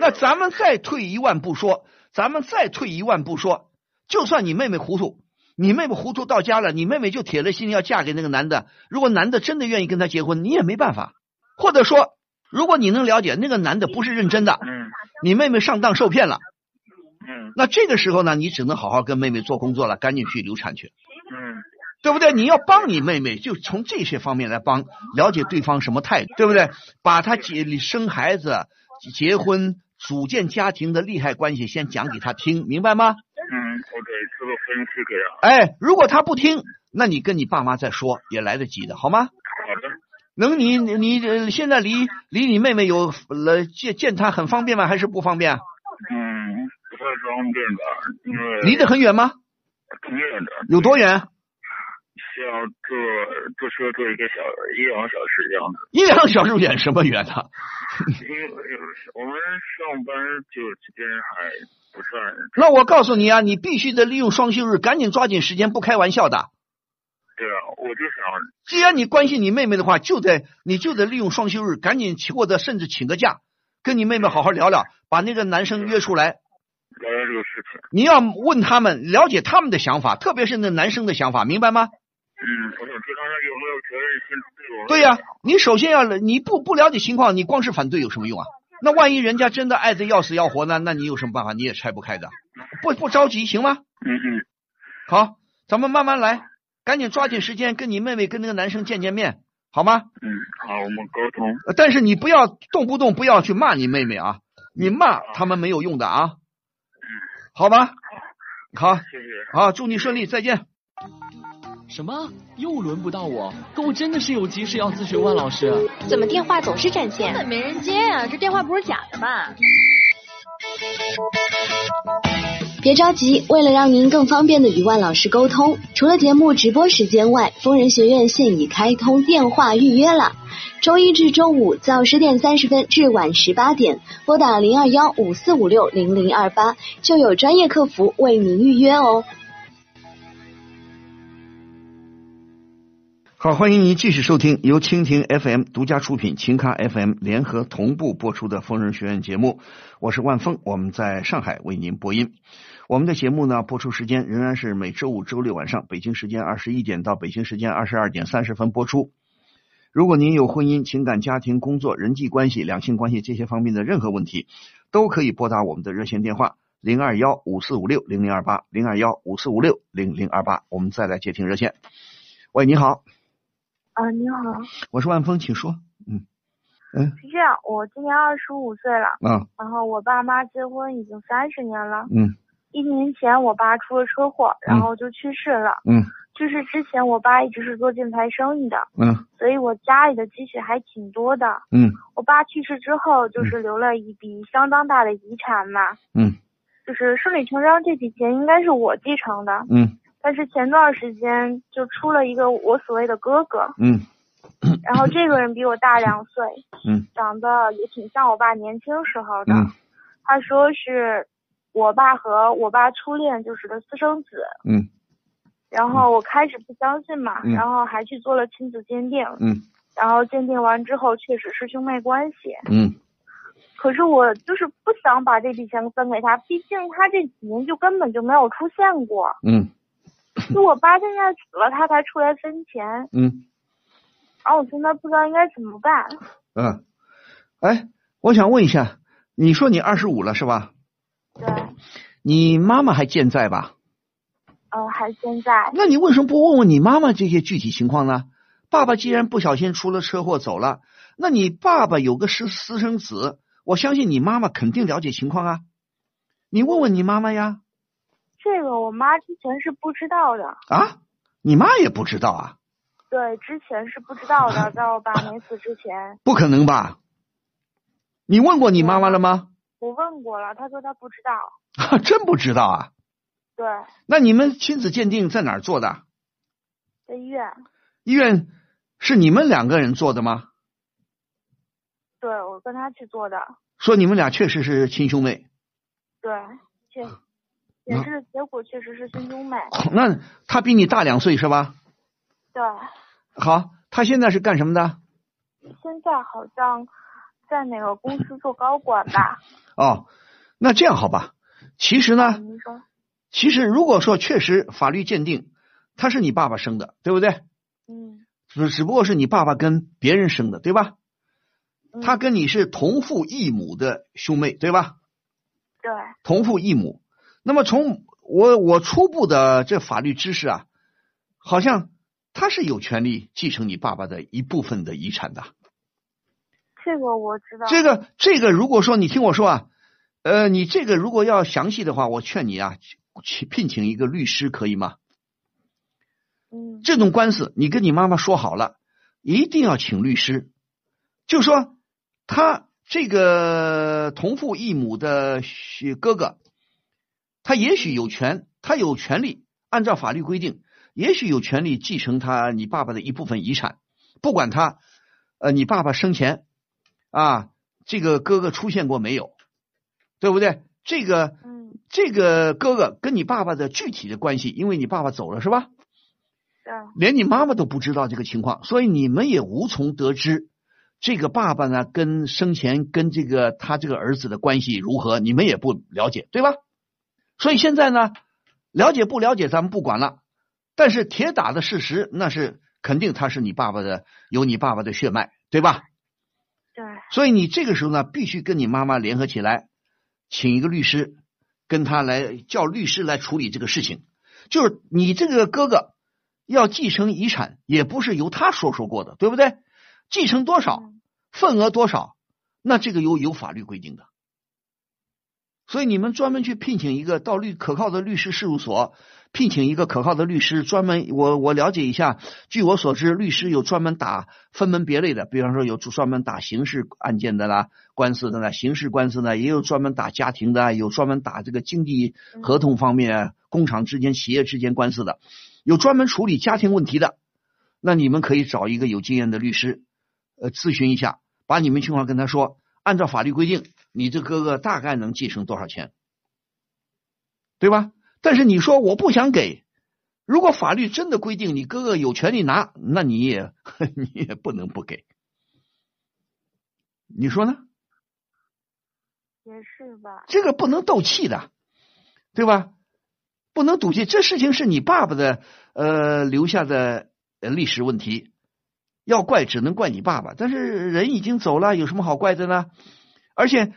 S2: 那咱们再退一万步说，咱们再退一万步说，就算你妹妹糊涂，你妹妹糊涂到家了，你妹妹就铁了心要嫁给那个男的。如果男的真的愿意跟她结婚，你也没办法。或者说，如果你能了解那个男的不是认真的，
S6: 嗯
S2: 你妹妹上当受骗了，
S6: 嗯
S2: 那这个时候呢，你只能好好跟妹妹做工作了，赶紧去流产去，
S6: 嗯，
S2: 对不对？你要帮你妹妹，就从这些方面来帮，了解对方什么态度，对不对？把她结生孩子、结婚、组建家庭的利害关系先讲给她听，明白吗？
S6: 嗯，我得做个分析给他。
S2: 哎，如果他不听，那你跟你爸妈再说也来得及的，好吗？
S6: 好的，
S2: 能你你呃现在离离你妹妹有了见见她很方便吗？还是不方便啊？
S6: 嗯，不太方便吧，因为
S2: 离得很远吗？
S6: 挺远的，
S2: 有多远？
S6: 需要坐坐车坐一个小一两个小时这样子。
S2: 一两个小时远什么远啊？
S6: 因为我们上班就时间还不算，
S2: 那我告诉你啊，你必须得利用双休日，赶紧抓紧时间，不开玩笑的。
S6: 对啊，我就想，
S2: 既然你关心你妹妹的话，就得你就得利用双休日，赶紧请或者甚至请个假，跟你妹妹好好聊聊，把那个男生约出来。
S6: 聊聊这个事情。
S2: 你要问他们，了解他们的想法，特别是那男生的想法，明白吗？
S6: 嗯，我想知道他有没有责任心对我。
S2: 对呀、你首先要了你不不了解情况，你光是反对有什么用啊？那万一人家真的爱的要死要活呢？那你有什么办法？你也拆不开的，不不着急行吗？
S6: 嗯嗯
S2: 好，咱们慢慢来，赶紧抓紧时间跟你妹妹跟那个男生见见面，好吗？
S6: 嗯，好，我们沟通。
S2: 呃但是你不要动不动不要去骂你妹妹啊，你骂他们没有用的啊，好吧？好，
S6: 谢谢。
S2: 好，祝你顺利，再见。
S7: 什么？又轮不到我？可我真的是有急事要咨询万老师。
S5: 怎么电话总是占线？
S8: 没人接呀、这电话不是假的吧？
S5: 别着急，为了让您更方便的与万老师沟通，除了节目直播时间外，疯人学院现已开通电话预约了。周一至周五早十点三十分至晚十八点，拨打零二幺五四五六零零二八，就有专业客服为您预约哦。
S2: 好，欢迎您继续收听由蜻蜓 FM 独家出品、秦咖 FM 联合同步播出的《疯人学院》节目，我是万峰，我们在上海为您播音。我们的节目呢，播出时间仍然是每周五、周六晚上北京时间二十一点到北京时间二十二点三十分播出。如果您有婚姻、情感、家庭、工作、人际关系、两性关系这些方面的任何问题，都可以拨打我们的热线电话零二幺五四五六零零二八零二幺五四五六零零二八，我们再来接听热线。喂，你好。
S4: 呃，你好，
S2: 我是万峰，请说。嗯
S4: 是这样，我今年二十五岁了，
S2: 啊，
S4: 然后我爸妈结婚已经三十年了。
S2: 嗯
S4: 一年前我爸出了车祸，然后就去世了。
S2: 嗯
S4: 去世之前，我爸一直是做建材生意的，
S2: 嗯
S4: 所以我家里的积蓄还挺多的。
S2: 嗯
S4: 我爸去世之后，就是留了一笔相当大的遗产嘛，
S2: 嗯
S4: 就是顺理成章，这笔钱应该是我继承的。
S2: 嗯
S4: 但是前段时间就出了一个我所谓的哥哥，
S2: 嗯
S4: 然后这个人比我大两岁，
S2: 嗯
S4: 长得也挺像我爸年轻时候的。
S2: 嗯
S4: 他说是我爸和我爸初恋就是的私生子，
S2: 嗯
S9: 然后我开始不相信嘛，
S2: 嗯
S9: 然后还去做了亲子鉴定，
S2: 嗯
S9: 然后鉴定完之后确实是兄妹关系，
S2: 嗯
S9: 可是我就是不想把这笔钱分给他，毕竟他这几年就根本就没有出现过，
S2: 嗯
S9: 就我爸现在死了，他才出来分钱，
S2: 嗯
S9: 然后我现在不知道应该怎么办。
S2: 嗯，哎，我想问一下，你说你二十五了是吧？
S9: 对，
S2: 你妈妈还健在吧？
S9: 呃，还现在，
S2: 那你为什么不问问你妈妈这些具体情况呢？爸爸既然不小心出了车祸走了，那你爸爸有个私私生子，我相信你妈妈肯定了解情况啊。你问问你妈妈呀，
S9: 这个我妈之前是不知道的，
S2: 啊，你妈也不知道啊，
S9: 对，之前是不知道的，在我爸没死之前，
S2: 不可能吧？你问过你妈妈了吗？
S9: 我问过了，她说她不知道。
S2: 哈真不知道啊。
S9: 对，
S2: 那你们亲子鉴定在哪儿做的？
S9: 在医院，
S2: 医院是你们两个人做的吗？
S9: 对我跟她去做的，
S2: 说你们俩确实是亲兄妹，
S9: 对，确
S2: 嗯
S9: 也是结果确实是亲兄妹，
S2: 那他比你大两岁是吧？
S9: 对，
S2: 好，他现在是干什么的？
S9: 现在好像在哪个公司做高管吧？
S2: 哦，那这样好吧？其实呢，
S9: 您说，
S2: 其实如果说确实法律鉴定他是你爸爸生的，对不对？
S9: 嗯，
S2: 只只不过是你爸爸跟别人生的，对吧？
S9: 嗯
S2: 他跟你是同父异母的兄妹，对吧？
S9: 对，
S2: 同父异母。那么从我我初步的这法律知识啊，好像他是有权利继承你爸爸的一部分的遗产的。
S9: 这个我知道。
S2: 这个这个，如果说你听我说啊，呃，你这个如果要详细的话，我劝你啊，去聘请一个律师可以吗？
S9: 嗯，
S2: 这种官司你跟你妈妈说好了，一定要请律师，就说他这个同父异母的哥哥，他也许有权，他有权利按照法律规定，也许有权利继承他你爸爸的一部分遗产，不管他呃你爸爸生前啊这个哥哥出现过没有，对不对？这个
S9: 嗯，
S2: 这个哥哥跟你爸爸的具体的关系，因为你爸爸走了是吧？
S9: 对，
S2: 连你妈妈都不知道这个情况，所以你们也无从得知这个爸爸呢跟生前跟这个他这个儿子的关系如何，你们也不了解，对吧？所以现在呢，了解不了解咱们不管了，但是铁打的事实那是肯定他是你爸爸的，有你爸爸的血脉，对吧？
S9: 对，
S2: 所以你这个时候呢，必须跟你妈妈联合起来，请一个律师，跟他来叫律师来处理这个事情。就是你这个哥哥要继承遗产，也不是由他说说过的，对不对？继承多少，份额多少，那这个有有法律规定的。所以你们专门去聘请一个到律可靠的律师事务所，聘请一个可靠的律师，专门我我了解一下，据我所知，律师有专门打分门别类的，比方说有专门打刑事案件的啦、官司的啦，刑事官司呢也有专门打家庭的，啊有专门打这个经济合同方面、啊工厂之间、企业之间官司的，有专门处理家庭问题的。那你们可以找一个有经验的律师，呃，咨询一下，把你们情况跟他说，按照法律规定，你这哥哥大概能继承多少钱，对吧？但是你说我不想给，如果法律真的规定你哥哥有权利拿，那你也 你也不能不给，你说呢？
S9: 也是吧？
S2: 这个不能斗气的，对吧？不能赌气，这事情是你爸爸的呃留下的呃历史问题，要怪只能怪你爸爸。但是人已经走了，有什么好怪的呢？而且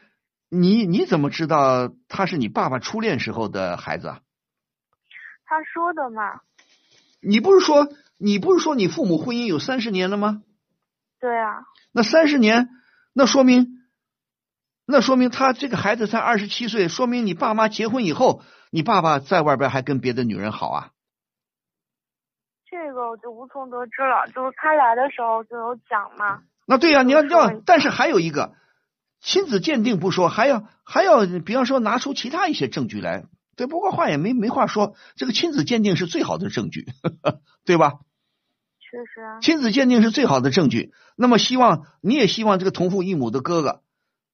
S2: 你你怎么知道他是你爸爸初恋时候的孩子啊？
S9: 他说的嘛，
S2: 你不是说你不是说你父母婚姻有三十年了吗？
S9: 对啊，
S2: 那三十年，那说明，那说明他这个孩子才二十七岁，说明你爸妈结婚以后，你爸爸在外边还跟别的女人好啊？
S9: 这个我就无从得知了。就是他来的时候就有讲嘛，
S2: 那对呀、你要
S9: 就是说
S2: 要，但是还有一个亲子鉴定不说，还要还要，比方说拿出其他一些证据来。对，不过话也没没话说，这个亲子鉴定是最好的证据， 对吧？
S9: 确实啊，
S2: 亲子鉴定是最好的证据。那么，希望你也希望这个同父异母的哥哥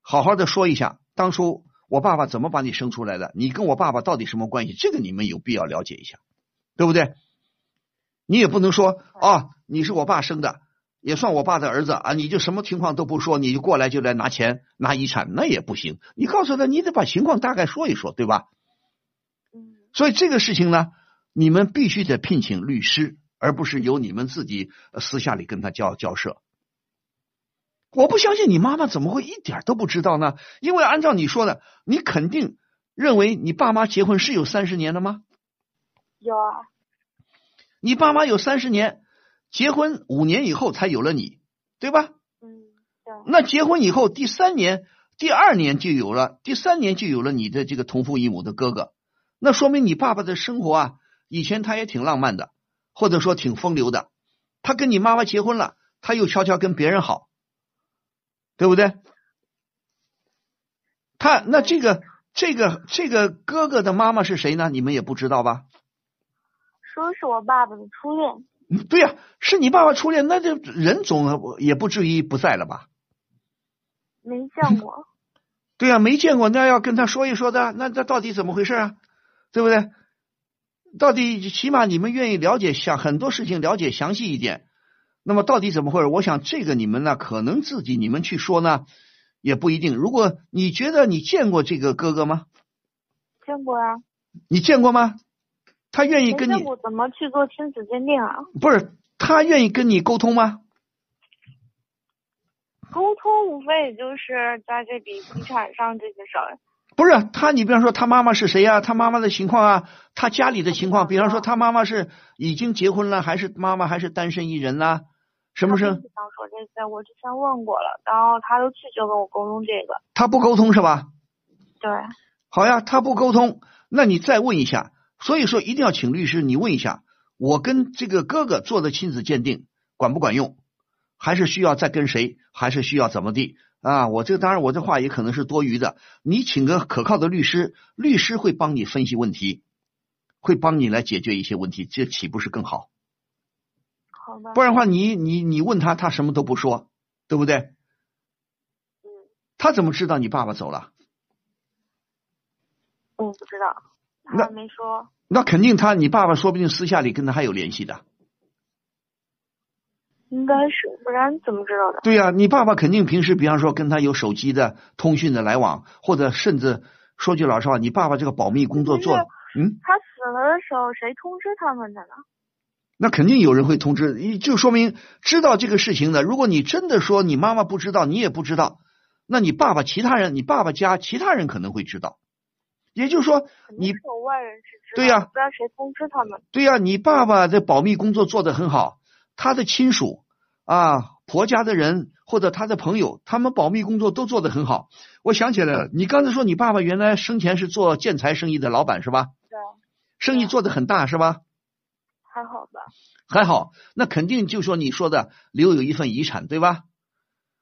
S2: 好好的说一下，当初我爸爸怎么把你生出来的，你跟我爸爸到底什么关系？这个你们有必要了解一下，对不对？你也不能说啊，你是我爸生的，也算我爸的儿子啊，你就什么情况都不说，你就过来就来拿钱拿遗产，那也不行。你告诉他，你得把情况大概说一说，对吧？
S4: 嗯，
S2: 所以这个事情呢，你们必须得聘请律师，而不是由你们自己呃私下里跟他交交涉。我不相信你妈妈怎么会一点都不知道呢？因为按照你说的，你肯定认为你爸妈结婚是有三十年的吗？
S4: 有啊，
S2: 你爸妈有三十年，结婚五年以后才有了你，对吧？
S4: 嗯，对，
S2: 那结婚以后第三年、第二年就有了，第三年就有了你的这个同父异母的哥哥，那说明你爸爸的生活啊，以前他也挺浪漫的，或者说挺风流的。他跟你妈妈结婚了，他又悄悄跟别人好，对不对？他那这个这个这个哥哥的妈妈是谁呢？你们也不知道吧？
S4: 说是我爸爸的初恋，
S2: 嗯对呀、是你爸爸初恋，那这人总也不至于不在了吧？
S4: 没见 过。
S2: 对呀、没见过，那要跟他说一说的，那这到底怎么回事啊？对不对？到底起码你们愿意了解想很多事情了解详细一点，那么到底怎么回事？我想这个你们呢，可能自己你们去说呢也不一定。如果你觉得你见过这个哥哥吗？
S4: 见过啊，
S2: 你见过吗？他愿意
S4: 没
S2: 跟你
S4: 见过怎么去做亲子鉴定啊？
S2: 不是他愿意跟你沟通吗？
S4: 沟通无非也就是在这笔遗产上这些事儿。
S2: 不是他，你比方说他妈妈是谁呀、他妈妈的情况啊，他家里的情况，比方说他妈妈是已经结婚了，还是妈妈还是单身一人啦、什么
S4: 他
S2: 是
S4: 不想说这些，我之前问过了，然后他都拒绝跟我沟通这个。
S2: 他不沟通是吧？
S4: 对，
S2: 好呀，他不沟通，那你再问一下。所以说一定要请律师，你问一下，我跟这个哥哥做的亲子鉴定管不管用？还是需要再跟谁？还是需要怎么地啊？我这当然我这话也可能是多余的。你请个可靠的律师，律师会帮你分析问题，会帮你来解决一些问题，这岂不是更好？
S4: 好吧。
S2: 不然的话你，你你问他，他什么都不说，对不对？他怎么知道你爸爸走了？
S4: 我嗯不知道，
S2: 那
S4: 他没说。
S2: 那肯定他，你爸爸说不定私下里跟他还有联系的。
S4: 应该是，不然怎么知道的？
S2: 对呀、你爸爸肯定平时，比方说跟他有手机的通讯的来往，或者甚至说句老实话，你爸爸这个保密工作做，嗯，
S4: 他死了的时候，谁通知他们的呢？
S2: 那肯定有人会通知，一就说明知道这个事情的。如果你真的说你妈妈不知道，你也不知道，那你爸爸其他人，你爸爸家其他人可能会知道。也就是说，
S4: 肯
S2: 你
S4: 定是有外人是知道的，
S2: 对呀
S4: 不知道谁通知他们。
S2: 对呀、你爸爸的保密工作做得很好，他的亲属啊、婆家的人或者他的朋友，他们保密工作都做得很好。我想起来了，你刚才说你爸爸原来生前是做建材生意的老板是吧？
S4: 对，
S2: 生意做得很大是吧？
S4: 还好吧。
S2: 还好，那肯定就说你说的留有一份遗产对吧？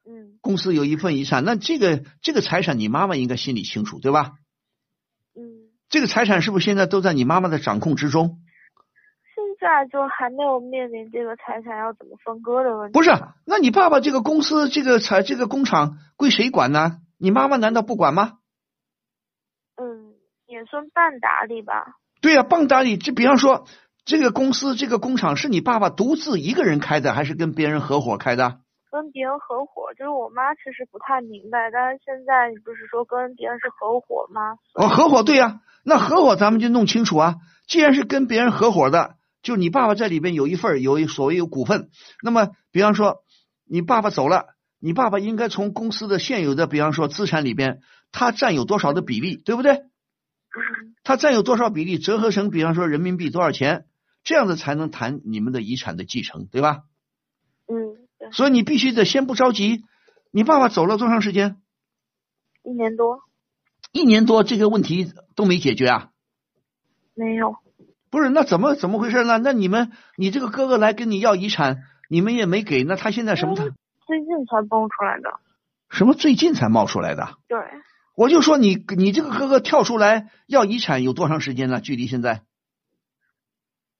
S4: 嗯
S2: 公司有一份遗产，那这个这个财产你妈妈应该心里清楚对吧？
S4: 嗯，
S2: 这个财产是不是现在都在你妈妈的掌控之中？
S4: 现在就还没有面临这个财产要怎么分割的问题。
S2: 不是，那你爸爸这个公司、这个财、这个工厂归谁管呢？你妈妈难道不管吗？
S4: 嗯，也算半打理吧。
S2: 对呀、棒打理，就比方说，这个公司、这个工厂是你爸爸独自一个人开的，还是跟别人合伙开的？
S4: 跟别人合伙，就是我妈其实不太明白，但是现在你不是说跟别人是合伙吗？
S2: 哦，合伙，对呀、那合伙咱们就弄清楚啊。既然是跟别人合伙的，就你爸爸在里边有一份儿有一所谓有股份，那么比方说你爸爸走了，你爸爸应该从公司的现有的比方说资产里边，他占有多少的比例，对不对？
S4: 嗯
S2: 他占有多少比例，折合成比方说人民币多少钱，这样子才能谈你们的遗产的继承，对吧？
S4: 嗯，对，
S2: 所以你必须得先不着急。你爸爸走了多长时间？
S4: 一年多
S2: 一年多，这个问题都没解决啊？
S4: 没有。
S2: 不是，那怎么怎么回事呢？那你们，你这个哥哥来跟你要遗产，你们也没给，那他现在什么他
S4: 最近才蹦出来的。
S2: 什么最近才冒出来的？啊
S4: 对，
S2: 我就说你你这个哥哥跳出来要遗产有多长时间了？距离现在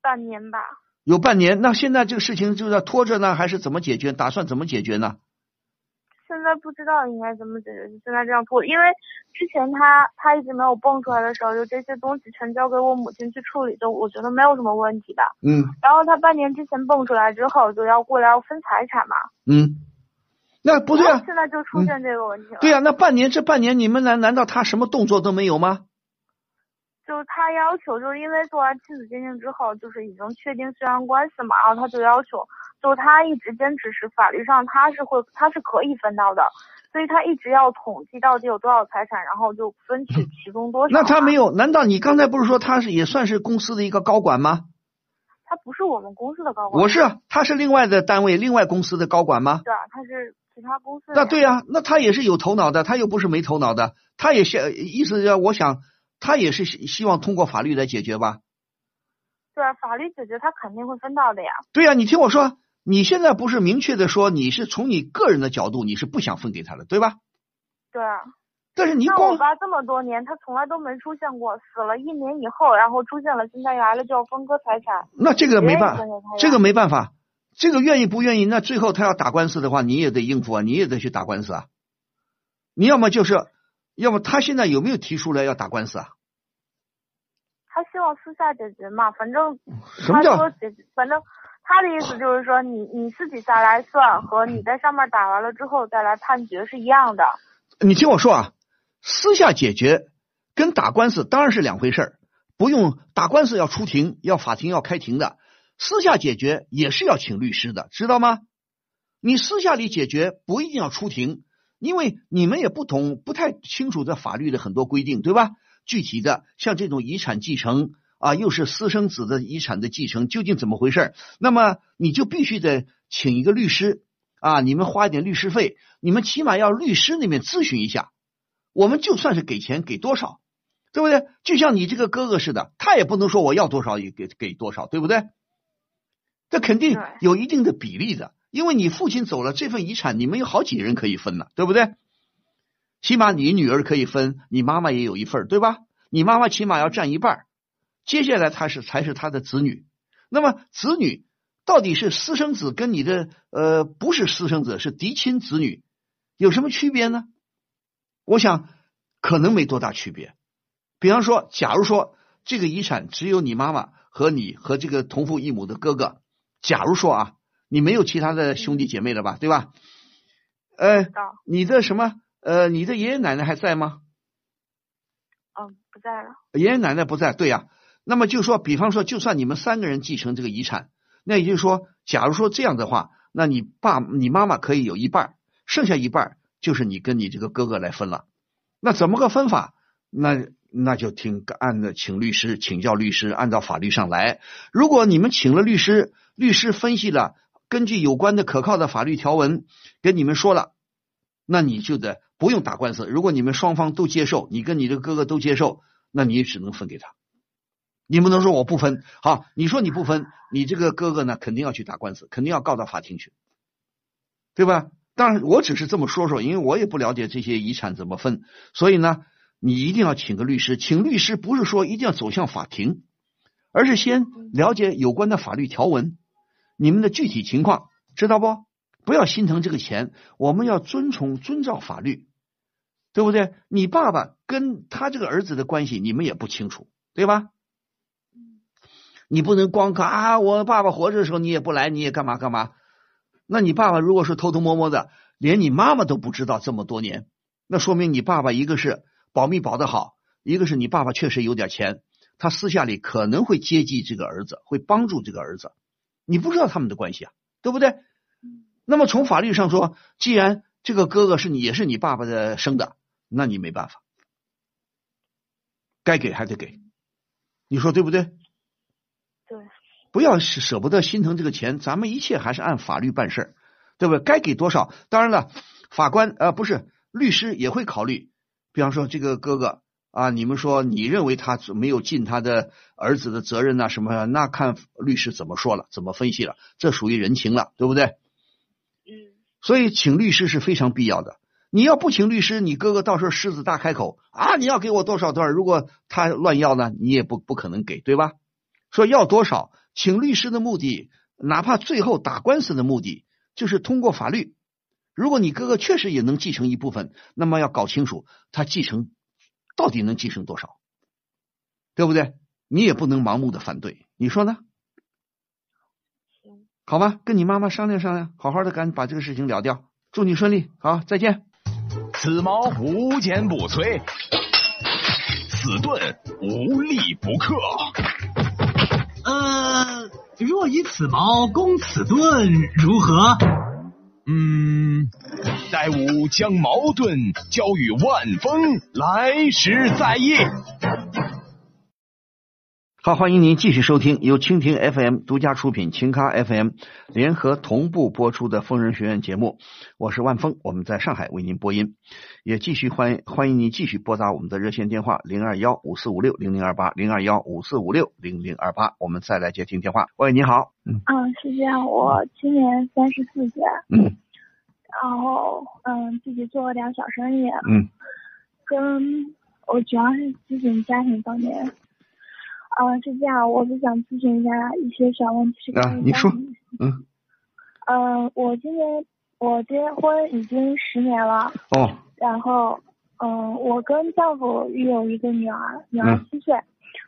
S4: 半年吧。
S2: 有半年，那现在这个事情就在拖着呢，还是怎么解决？打算怎么解决呢？
S4: 现
S9: 现在不知道应该怎么解决，就现在这样拖，因为之前他他一直没有蹦出来的时候，就这些东西全交给我母亲去处理，就我觉得没有什么问题吧。
S2: 嗯
S9: 然后他半年之前蹦出来之后，就要过来要分财产嘛。
S2: 嗯，那不对
S9: 然
S2: 啊
S9: 后，现在就出现这个问题了。
S2: 对啊，那半年这半年你们难难道他什么动作都没有吗？
S9: 就是他要求，就是因为做完亲子鉴定之后，就是已经确定血缘关系嘛，然后他就要求，就是他一直坚持是法律上他是会他是可以分到的，所以他一直要统计到底有多少财产，然后就分取其中多少嘛。
S2: 那他没有？难道你刚才不是说他是也算是公司的一个高管吗？
S9: 他不是我们公司的高管，
S2: 我是啊，他是另外的单位、另外公司的高管吗？
S9: 对啊，他是其他公司的
S2: 那
S9: 人。
S2: 对呀、那他也是有头脑的，他又不是没头脑的，他也是意思要我想，他也是希希望通过法律来解决吧？
S9: 对啊，法律解决他肯定会分到的呀。
S2: 对呀、啊你听我说，你现在不是明确的说你是从你个人的角度你是不想分给他的，对吧？
S9: 对啊，
S2: 但是你
S9: 那我
S2: 光
S9: 爸这么多年，他从来都没出现过，死了一年以后，然后出现了，现在来了就要分割财产。
S2: 那这个没办
S9: 别人分给他呀
S2: 这个没办法，这个愿意不愿意？那最后他要打官司的话，你也得应付啊，你也得去打官司啊。你要么就是，要么他现在有没有提出来要打官司啊？
S9: 他希望私下解决嘛，反正
S2: 什么
S9: 他
S2: 叫
S9: 说解决，反正他的意思就是说你，你自己下来算和你在上面打完了之后再来判决是一样的。
S2: 你听我说啊，私下解决跟打官司当然是两回事儿，不用打官司要出庭，要法庭要开庭的，私下解决也是要请律师的，知道吗？你私下里解决不一定要出庭，因为你们也不懂，不太清楚这法律的很多规定，对吧？具体的像这种遗产继承啊，又是私生子的遗产的继承，究竟怎么回事儿？那么你就必须得请一个律师啊，你们花一点律师费，你们起码要律师那边咨询一下。我们就算是给钱，给多少，对不对？就像你这个哥哥似的，他也不能说我要多少也给给多少，对不对？这肯定
S9: 对
S2: 有一定的比例的，因为你父亲走了，这份遗产你们有好几人可以分了，对不对？起码你女儿可以分，你妈妈也有一份儿，对吧？你妈妈起码要占一半儿，接下来她是才是她的子女。那么子女到底是私生子跟你的呃不是私生子是嫡亲子女有什么区别呢？我想可能没多大区别。比方说，假如说这个遗产只有你妈妈和你和这个同父异母的哥哥，假如说啊，你没有其他的兄弟姐妹了吧，对吧？呃，
S9: 到
S2: 你的什么？呃，你的爷爷奶奶还在吗？
S9: 嗯，不在了。
S2: 爷爷奶奶不在，对呀、那么就说，比方说，就算你们三个人继承这个遗产，那也就是说，假如说这样的话，那你爸、你妈妈可以有一半儿，剩下一半儿就是你跟你这个哥哥来分了。那怎么个分法？那那就听按照请律师请教律师，按照法律上来。如果你们请了律师，律师分析了，根据有关的可靠的法律条文跟你们说了，那你就得不用打官司。如果你们双方都接受，你跟你的哥哥都接受，那你只能分给他。你不能说我不分，好，你说你不分，你这个哥哥呢，肯定要去打官司，肯定要告到法庭去，对吧？当然，我只是这么说说，因为我也不了解这些遗产怎么分，所以呢，你一定要请个律师。请律师不是说一定要走向法庭，而是先了解有关的法律条文，你们的具体情况，知道不？不要心疼这个钱，我们要遵从遵照法律，对不对？你爸爸跟他这个儿子的关系，你们也不清楚，对吧？你不能光看啊，我爸爸活着的时候你也不来，你也干嘛干嘛？那你爸爸如果是偷偷摸摸的，连你妈妈都不知道这么多年，那说明你爸爸一个是保密保得好，一个是你爸爸确实有点钱，他私下里可能会接济这个儿子，会帮助这个儿子，你不知道他们的关系啊，对不对？那么从法律上说，既然这个哥哥是你也是你爸爸的生的，那你没办法，该给还得给，你说对不对？
S9: 对，
S2: 不要舍舍不得心疼这个钱，咱们一切还是按法律办事儿，对不对？该给多少？当然了，法官呃不是律师也会考虑，比方说这个哥哥啊，你们说你认为他没有尽他的儿子的责任呐、什么的，那看律师怎么说了，怎么分析了，这属于人情了，对不对？
S9: 嗯，
S2: 所以请律师是非常必要的。你要不请律师，你哥哥到时候狮子大开口啊！你要给我多少多少？如果他乱要呢，你也不不可能给，对吧？说要多少，请律师的目的，哪怕最后打官司的目的，就是通过法律如果你哥哥确实也能继承一部分，那么要搞清楚他继承到底能继承多少，对不对？你也不能盲目的反对，你说呢？好吧，跟你妈妈商量商量，好好的赶紧把这个事情了掉。祝你顺利，好，再见。
S1: 此矛无坚不摧，此盾无力不克。
S10: 呃，若以此矛攻此盾，如何？
S1: 嗯，待吾将矛盾交与万峰，来时再议。
S2: 好，欢迎您继续收听由蜻蜓 FM 独家出品、秦咖 FM 联合同步播出的《疯人学院》节目，我是万峰，我们在上海为您播音，也继续欢迎欢迎您继续拨打我们的热线电话零二幺五四五六零零二八零二幺五四五六零零二八，我们再来接听电话。喂，你好，嗯，
S11: 嗯，是这样，我今年三十四岁，
S2: 嗯，
S11: 然后嗯自己做了点小生意，
S2: 嗯，
S11: 跟我主要是咨询家庭方面。啊、是这样，我是想咨询一下一些小问题，是
S2: 啊
S11: 关，于
S2: 你
S11: 家
S2: 说
S11: 庭，
S2: 嗯，
S11: 嗯，我今年我结婚已经十年了，
S2: 哦，
S11: 然后嗯，我跟丈夫育有一个女儿，女儿
S2: 嗯
S11: 七岁，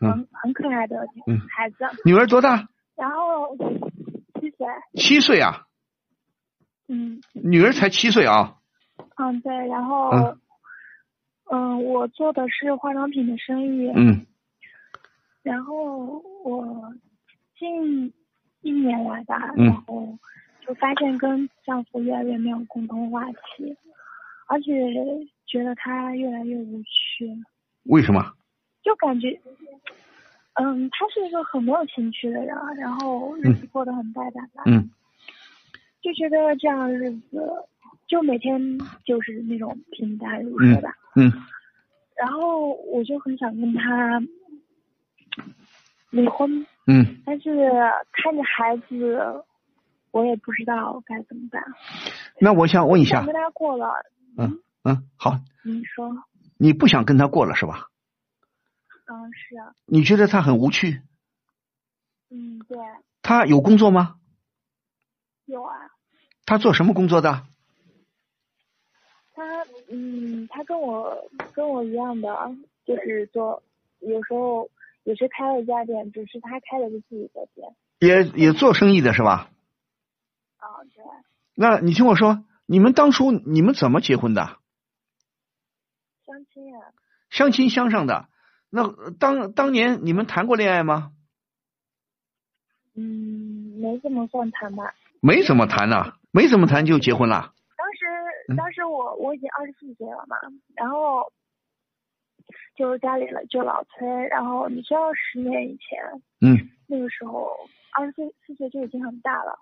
S2: 嗯
S11: 很很可爱的
S2: 嗯
S11: 孩子。
S2: 女儿多大？
S11: 然后七岁，
S2: 七岁啊，
S11: 嗯
S2: 女儿才七岁啊，
S11: 嗯对，然后
S2: 嗯
S11: 嗯，我做的是化妆品的生意，
S2: 嗯
S11: 然后我近一年来吧，
S2: 嗯
S11: 然后就发现跟丈夫越来越没有共同话题，而且觉得他越来越无趣，
S2: 为什么？
S11: 就感觉，嗯，他是一个很没有情趣的人，啊然后日子过得很败吧，
S2: 嗯
S11: 就觉得这样的日子就每天就是那种平淡如水
S2: 嗯
S11: 吧。
S2: 嗯
S11: 然后我就很想跟他离婚，
S2: 嗯，
S11: 但是看着孩子，我也不知道该怎么办。
S2: 那我想问一
S11: 我
S2: 下
S11: 跟，他过了，
S2: 嗯嗯，好，
S11: 你说，
S2: 你不想跟他过了是吧？
S11: 嗯，是，啊，
S2: 你觉得他很无趣？
S11: 嗯，对，
S2: 他有工作吗？
S11: 有啊，
S2: 他做什么工作的？
S11: 他，嗯，他跟我跟我一样的，就是做，有时候也是开了一家店，只是他开的是自己的店。
S2: 也也做生意的是吧？
S11: 啊，对，
S2: 那你听我说，你们当初你们怎么结婚的？
S11: 相亲啊，
S2: 相亲相上的？那呃当当年你们谈过恋爱吗？
S11: 嗯，没怎么算谈吧。
S2: 没怎么谈呐、没怎么谈就结婚了。
S11: 当时当时我我已经二十四岁了嘛，然后就家里了就老催，然后你知道十年以前
S2: 嗯
S11: 那个时候二十四四岁就已经很大了，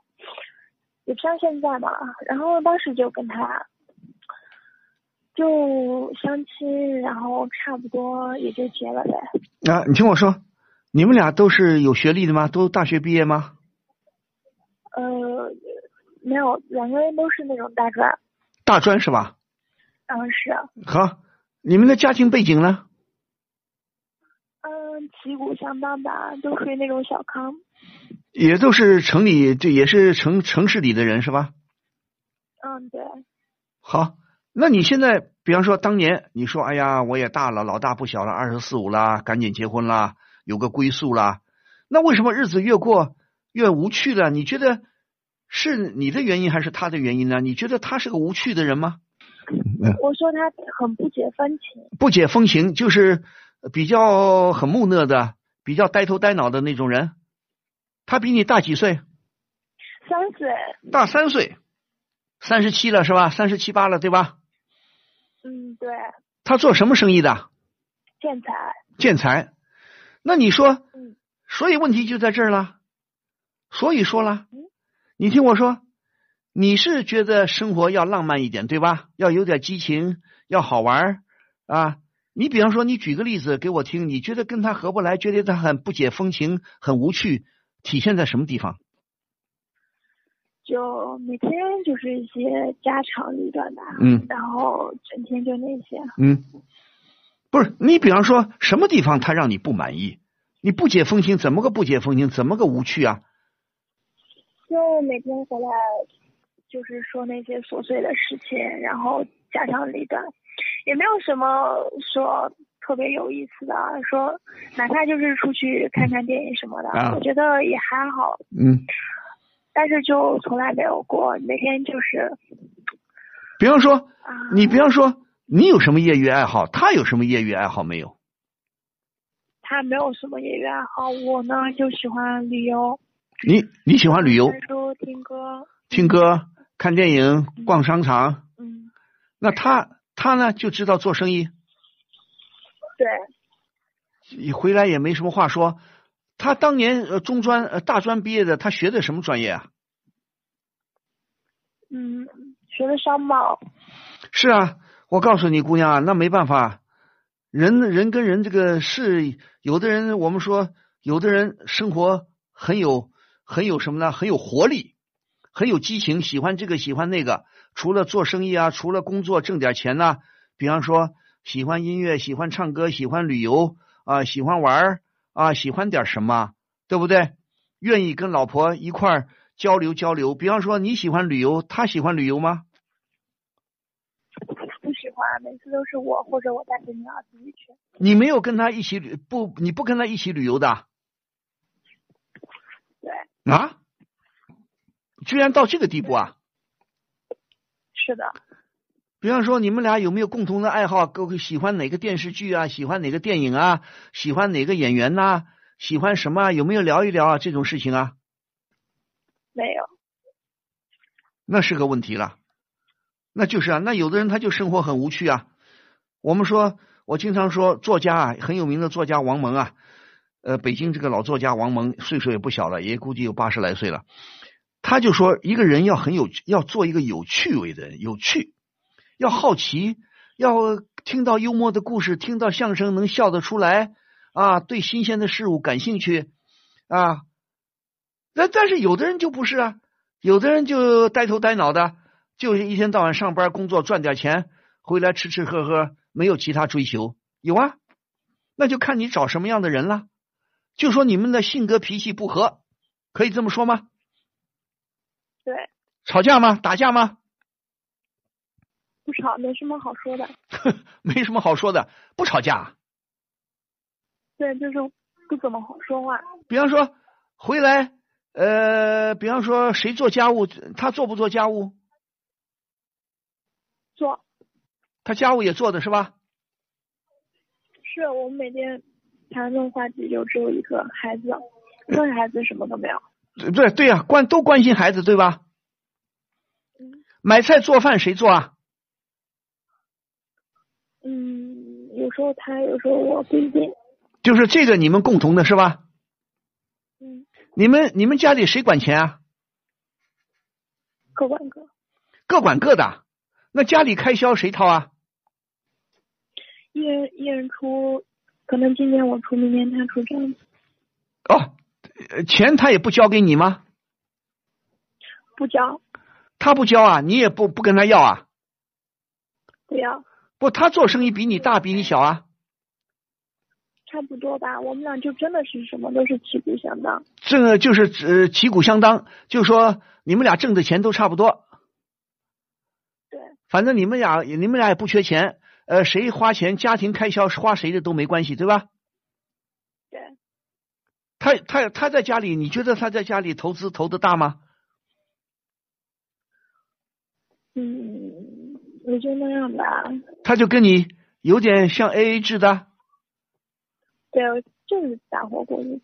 S11: 也不像现在嘛。然后当时就跟他就相亲，然后差不多也就结了呗。
S2: 啊，你听我说，你们俩都是有学历的吗？都大学毕业吗？
S11: 呃，没有，两个人都是那种大专，
S2: 大专是吧？
S11: 然后是
S2: 好，你们的家庭背景呢？
S11: 嗯旗鼓相当吧，都属于那种小康。
S2: 也都是城里，这也是城城市里的人是吧？
S11: 嗯，对。
S2: 好，那你现在，比方说当年你说，哎呀，我也大了，老大不小了，二十四五啦，赶紧结婚啦，有个归宿啦。那为什么日子越过越无趣了？你觉得是你的原因还是他的原因呢？你觉得他是个无趣的人吗？
S11: 我说他很不解风情，
S2: 不解风情，就是比较很木讷的，比较呆头呆脑的那种人。他比你大几岁？
S11: 三岁，
S2: 大三岁，三十七了是吧？三十七八了对吧？
S11: 嗯，对，
S2: 他做什么生意的？
S11: 建材，
S2: 建材。那你说
S11: 嗯，
S2: 所以问题就在这儿了。所以说了，你听我说，你是觉得生活要浪漫一点，对吧？要有点激情，要好玩儿啊。你比方说，你举个例子给我听，你觉得跟他合不来，觉得他很不解风情，很无趣，体现在什么地方？
S11: 就每天就是一些家长里短吧，
S2: 嗯
S11: 然后整天就那些，
S2: 嗯，不是，你比方说什么地方他让你不满意？你不解风情，怎么个不解风情？怎么个无趣啊？
S11: 就每天回来就是说那些琐碎的事情，然后家长里短，也没有什么说特别有意思的啊，说哪怕就是出去看看电影什么的，
S2: 啊
S11: 我觉得也还好，
S2: 嗯，
S11: 但是就从来没有过每天就是啊
S2: 比方说，你比方说，你有什么业余爱好？他有什么业余爱好没有？
S11: 他没有什么业余爱好，我呢就喜欢旅游、
S2: 你你喜欢旅游、
S11: 看书、听歌，
S2: 听歌、看电影、逛商场，
S11: 嗯，
S2: 那他他呢就知道做生意，
S11: 对，
S2: 你回来也没什么话说。他当年呃中专呃大专毕业的，他学的什么专业啊？
S11: 嗯，学的商贸，
S2: 是啊，我告诉你，姑娘啊，那没办法，人人跟人这个是，有的人我们说，有的人生活很有很有什么呢？很有活力，很有激情，喜欢这个喜欢那个。除了做生意啊，除了工作挣点钱呐、比方说喜欢音乐，喜欢唱歌，喜欢旅游啊、喜欢玩儿啊、喜欢点什么，对不对？愿意跟老婆一块儿交流交流。比方说你喜欢旅游，他喜欢旅游吗？
S11: 不喜欢，每次都是我或者我带着女儿自己去。
S2: 你没有跟他一起旅不？你不跟他一起旅游的啊
S11: 对，
S2: 啊？居然到这个地步啊！
S11: 是的，
S2: 比方说，你们俩有没有共同的爱好？各喜欢哪个电视剧啊？喜欢哪个电影啊？喜欢哪个演员呐、喜欢什么啊？有没有聊一聊啊？这种事情啊，
S11: 没有，
S2: 那是个问题了。那就是啊，那有的人他就生活很无趣啊。我们说，我经常说，作家啊，很有名的作家王蒙啊，呃，北京这个老作家王蒙，岁数也不小了，也估计有八十来岁了。他就说，一个人要很有，要做一个有趣味的人，有趣，要好奇，要听到幽默的故事，听到相声能笑得出来啊，对新鲜的事物感兴趣啊。那但是有的人就不是啊，有的人就呆头呆脑的，就是一天到晚上班工作赚点钱，回来吃吃喝喝，没有其他追求。有啊，那就看你找什么样的人了。就说你们的性格脾气不合，可以这么说吗？
S11: 对，
S2: 吵架吗？打架吗？
S11: 不吵，没什么好说的。
S2: 没什么好说的，不吵架。
S11: 对，就是不怎么好说话。
S2: 比方说回来，呃，比方说谁做家务，他做不做家务？
S11: 做，
S2: 他家务也做的是吧？
S11: 是我们每天谈论话题就只有一个孩子，问孩子什么都没有。
S2: 对对对呀、关都关心孩子对吧？买菜做饭谁做啊？
S11: 嗯，有时候他，有时候我不一定。
S2: 就是这个你们共同的是吧？
S11: 嗯，
S2: 你们你们家里谁管钱啊？
S11: 各管各，
S2: 各管各的。那家里开销谁掏啊？
S11: 一人一人出，可能今天我出，明天他出，这样子
S2: 哦，呃钱他也不交给你吗？
S11: 不交，
S2: 他不交啊，你也不不跟他要啊？
S11: 不要，
S2: 不，他做生意比你大，比你小啊？
S11: 差不多吧。我们俩就真的是什么都是旗鼓相当。
S2: 这个就是呃旗鼓相当，就是说你们俩挣的钱都差不多。
S11: 对。
S2: 反正你们俩你们俩也不缺钱，呃，谁花钱，家庭开销花谁的都没关系，对吧？
S11: 对，
S2: 他他他在家里，你觉得他在家里投资投的大吗？
S11: 嗯，也就那样吧。
S2: 他就跟你有点像 A A 制的，
S11: 对，就是打火过日子。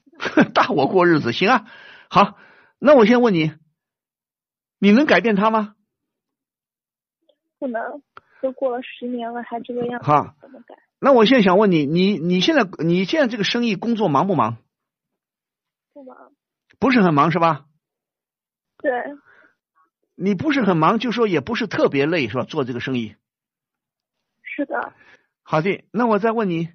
S2: 大伙过日子，行啊。好，那我先问你，你能改变他吗？
S11: 不能，都过了十年了还这个样子，
S2: 好
S11: 怎么改？
S2: 那我现在想问你，你你现在你现在这个生意工作忙不忙？
S11: 不忙。
S2: 不是很忙是吧？
S11: 对，
S2: 你不是很忙，就说也不是特别累是吧？做这个生意。
S11: 是的，
S2: 好的，那我再问你，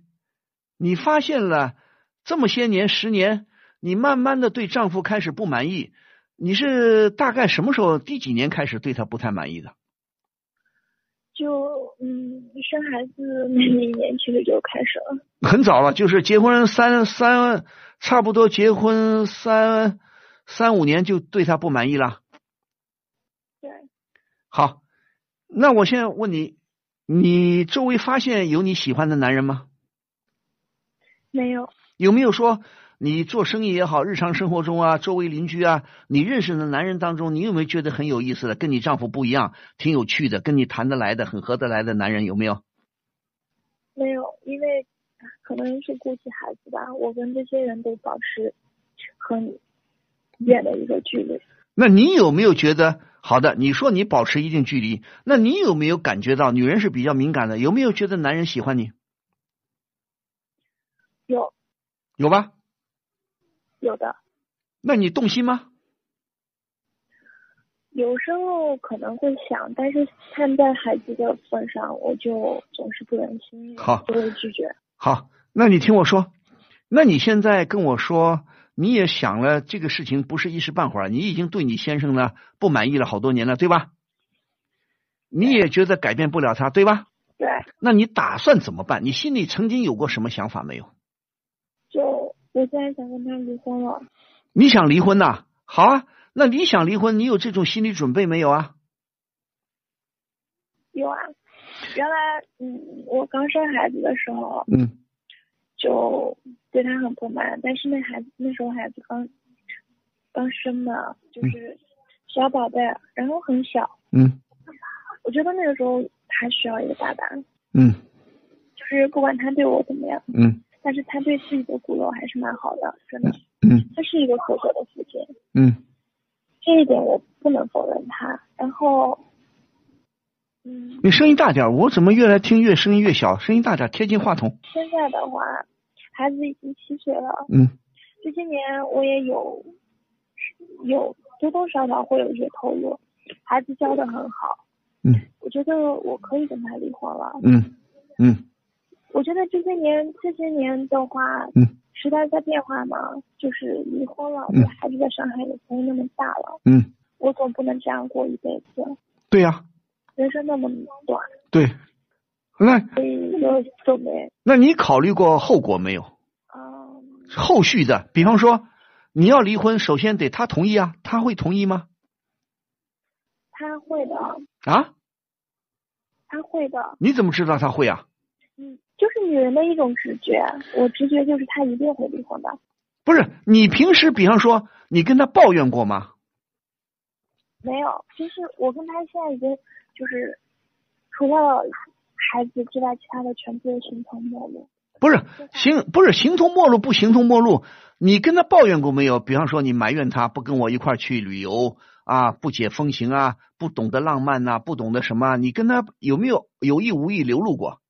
S2: 你发现了这么些年十年，你慢慢的对丈夫开始不满意，你是大概什么时候第几年开始对他不太满意的？
S11: 就嗯，生孩子那一年其实就开始了。
S2: 很早了，就是结婚三三，差不多结婚三三五年就对他不满意了。
S11: 对，
S2: 好，那我现在问你，你周围发现有你喜欢的男人吗？
S11: 没有，
S2: 有没有说你做生意也好，日常生活中啊，周围邻居啊，你认识的男人当中，你有没有觉得很有意思的，跟你丈夫不一样，挺有趣的，跟你谈得来的，很合得来的男人有没有？
S11: 没有，因为可能是顾及孩子吧，我跟这些人都保持很远的一个距离。
S2: 那你有没有觉得好的？你说你保持一定距离，那你有没有感觉到女人是比较敏感的？有没有觉得男人喜欢你？
S11: 有
S2: 有吧？
S11: 有的，
S2: 那你动心吗？
S11: 有时候可能会想，但是看在孩子的份上，我就总是不忍心，
S2: 好
S11: 就会拒绝。
S2: 好，那你听我说，那你现在跟我说，你也想了这个事情不是一时半会儿，你已经对你先生呢不满意了好多年了，对吧？你也觉得改变不了他，对吧？
S11: 对，
S2: 那你打算怎么办？你心里曾经有过什么想法没有？
S11: 就我现在想跟他离婚了，
S2: 你想离婚呐、好啊，那你想离婚，你有这种心理准备没有啊？
S11: 有啊。原来，嗯，我刚生孩子的时候
S2: 嗯
S11: 就对他很不满，但是那孩子那时候孩子刚刚生嘛，就是小宝贝，然后很小，
S2: 嗯
S11: 我觉得那个时候他需要一个爸爸，
S2: 嗯
S11: 就是不管他对我怎么样，
S2: 嗯
S11: 但是他对自己的骨肉还是蛮好的，真的，
S2: 嗯
S11: 他是一个合格的父亲，
S2: 嗯
S11: 这一点我不能否认他。然后，嗯，
S2: 你声音大点儿，我怎么越来听越声音越小？声音大点儿，贴近话筒。
S11: 现在的话，孩子已经七岁了，
S2: 嗯
S11: 这些年我也有有多多少少会有一些投入，孩子教的很好，
S2: 嗯
S11: 我觉得我可以跟他离婚了。
S2: 嗯嗯
S11: 我觉得这些年这些年的话，
S2: 嗯
S11: 时代在变化嘛，就是离婚了，
S2: 嗯
S11: 对孩子的伤害也不会那么大了。
S2: 嗯，
S11: 我总不能这样过一辈子，
S2: 对呀、
S11: 人生那么短，
S2: 对。那
S11: 所以就准备，
S2: 那你考虑过后果没有？
S11: 嗯，
S2: 后续的，比方说你要离婚，首先得他同意啊，他会同意吗？
S11: 他会的，
S2: 啊？
S11: 他会的，
S2: 你怎么知道他会啊？
S11: 嗯，就是女人的一种直觉，我直觉就是他一定会离婚的，
S2: 不是你平时，比方说你跟他抱怨过吗？
S11: 没有，就是我跟他现在已经就是除了孩子之外，其他的全部都形同陌路。
S2: 不是形不是形同陌路不形同陌路，你跟他抱怨过没有？比方说你埋怨他不跟我一块儿去旅游啊，不解风情啊，不懂得浪漫呐、不懂得什么啊、你跟他有没有有意无意流露过？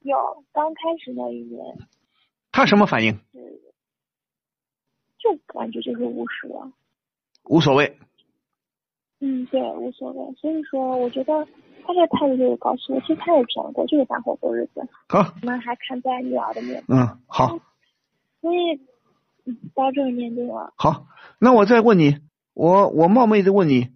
S11: 有刚开始那一年，
S2: 他什么反应？
S11: 就感觉就是无视了。
S2: 无所谓。
S11: 嗯，对，无所谓。所以说，我觉得他这个态度就是告诉我，其实他也骗过，就是想过过日子，
S2: 好，
S11: 我们还看在女儿的面子，
S2: 嗯，好，
S11: 所以嗯到这个年龄了，
S2: 好。那我再问你，我我冒昧的问你，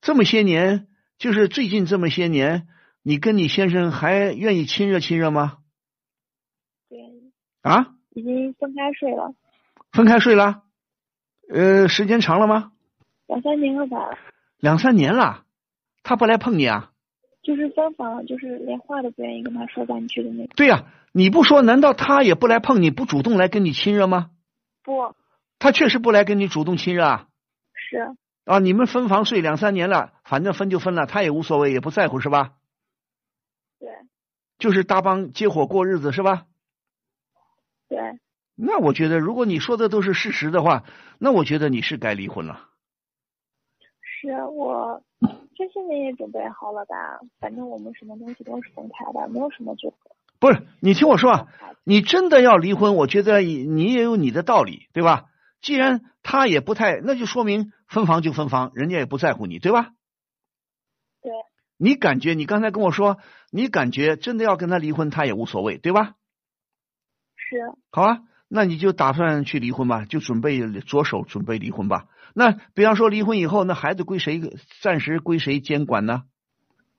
S2: 这么些年，就是最近这么些年，你跟你先生还愿意亲热亲热吗？
S11: 对，
S2: 啊？
S11: 已经分开睡了
S2: 分开睡了？呃，时间长了吗？
S11: 两三年了吧，
S2: 两三年了，他不来碰你啊？
S11: 就是分房，就是连话都不愿意跟他说半句的那种。
S2: 对呀、你不说，难道他也不来碰你，不主动来跟你亲热吗？
S11: 不
S2: 他确实不来跟你主动亲热啊？
S11: 是，
S2: 啊，你们分房睡两三年了，反正分就分了，他也无所谓，也不在乎是吧？
S11: 对
S2: 就是搭帮结伙过日子是吧？
S11: 对，
S2: 那我觉得，如果你说的都是事实的话，那我觉得你是该离婚了。
S11: 是我这些年也准备好了吧，反正我们什么东西都是分开的，没有什么纠葛。
S2: 不是，你听我说啊，你真的要离婚，我觉得你也有你的道理，对吧？既然他也不太，那就说明分房就分房，人家也不在乎你，对吧？
S11: 对
S2: 你感觉你刚才跟我说，你感觉真的要跟他离婚，他也无所谓，对吧？
S11: 是。
S2: 好啊，那你就打算去离婚吧，就准备着手准备离婚吧。那比方说离婚以后，那孩子归谁暂时归谁监管呢？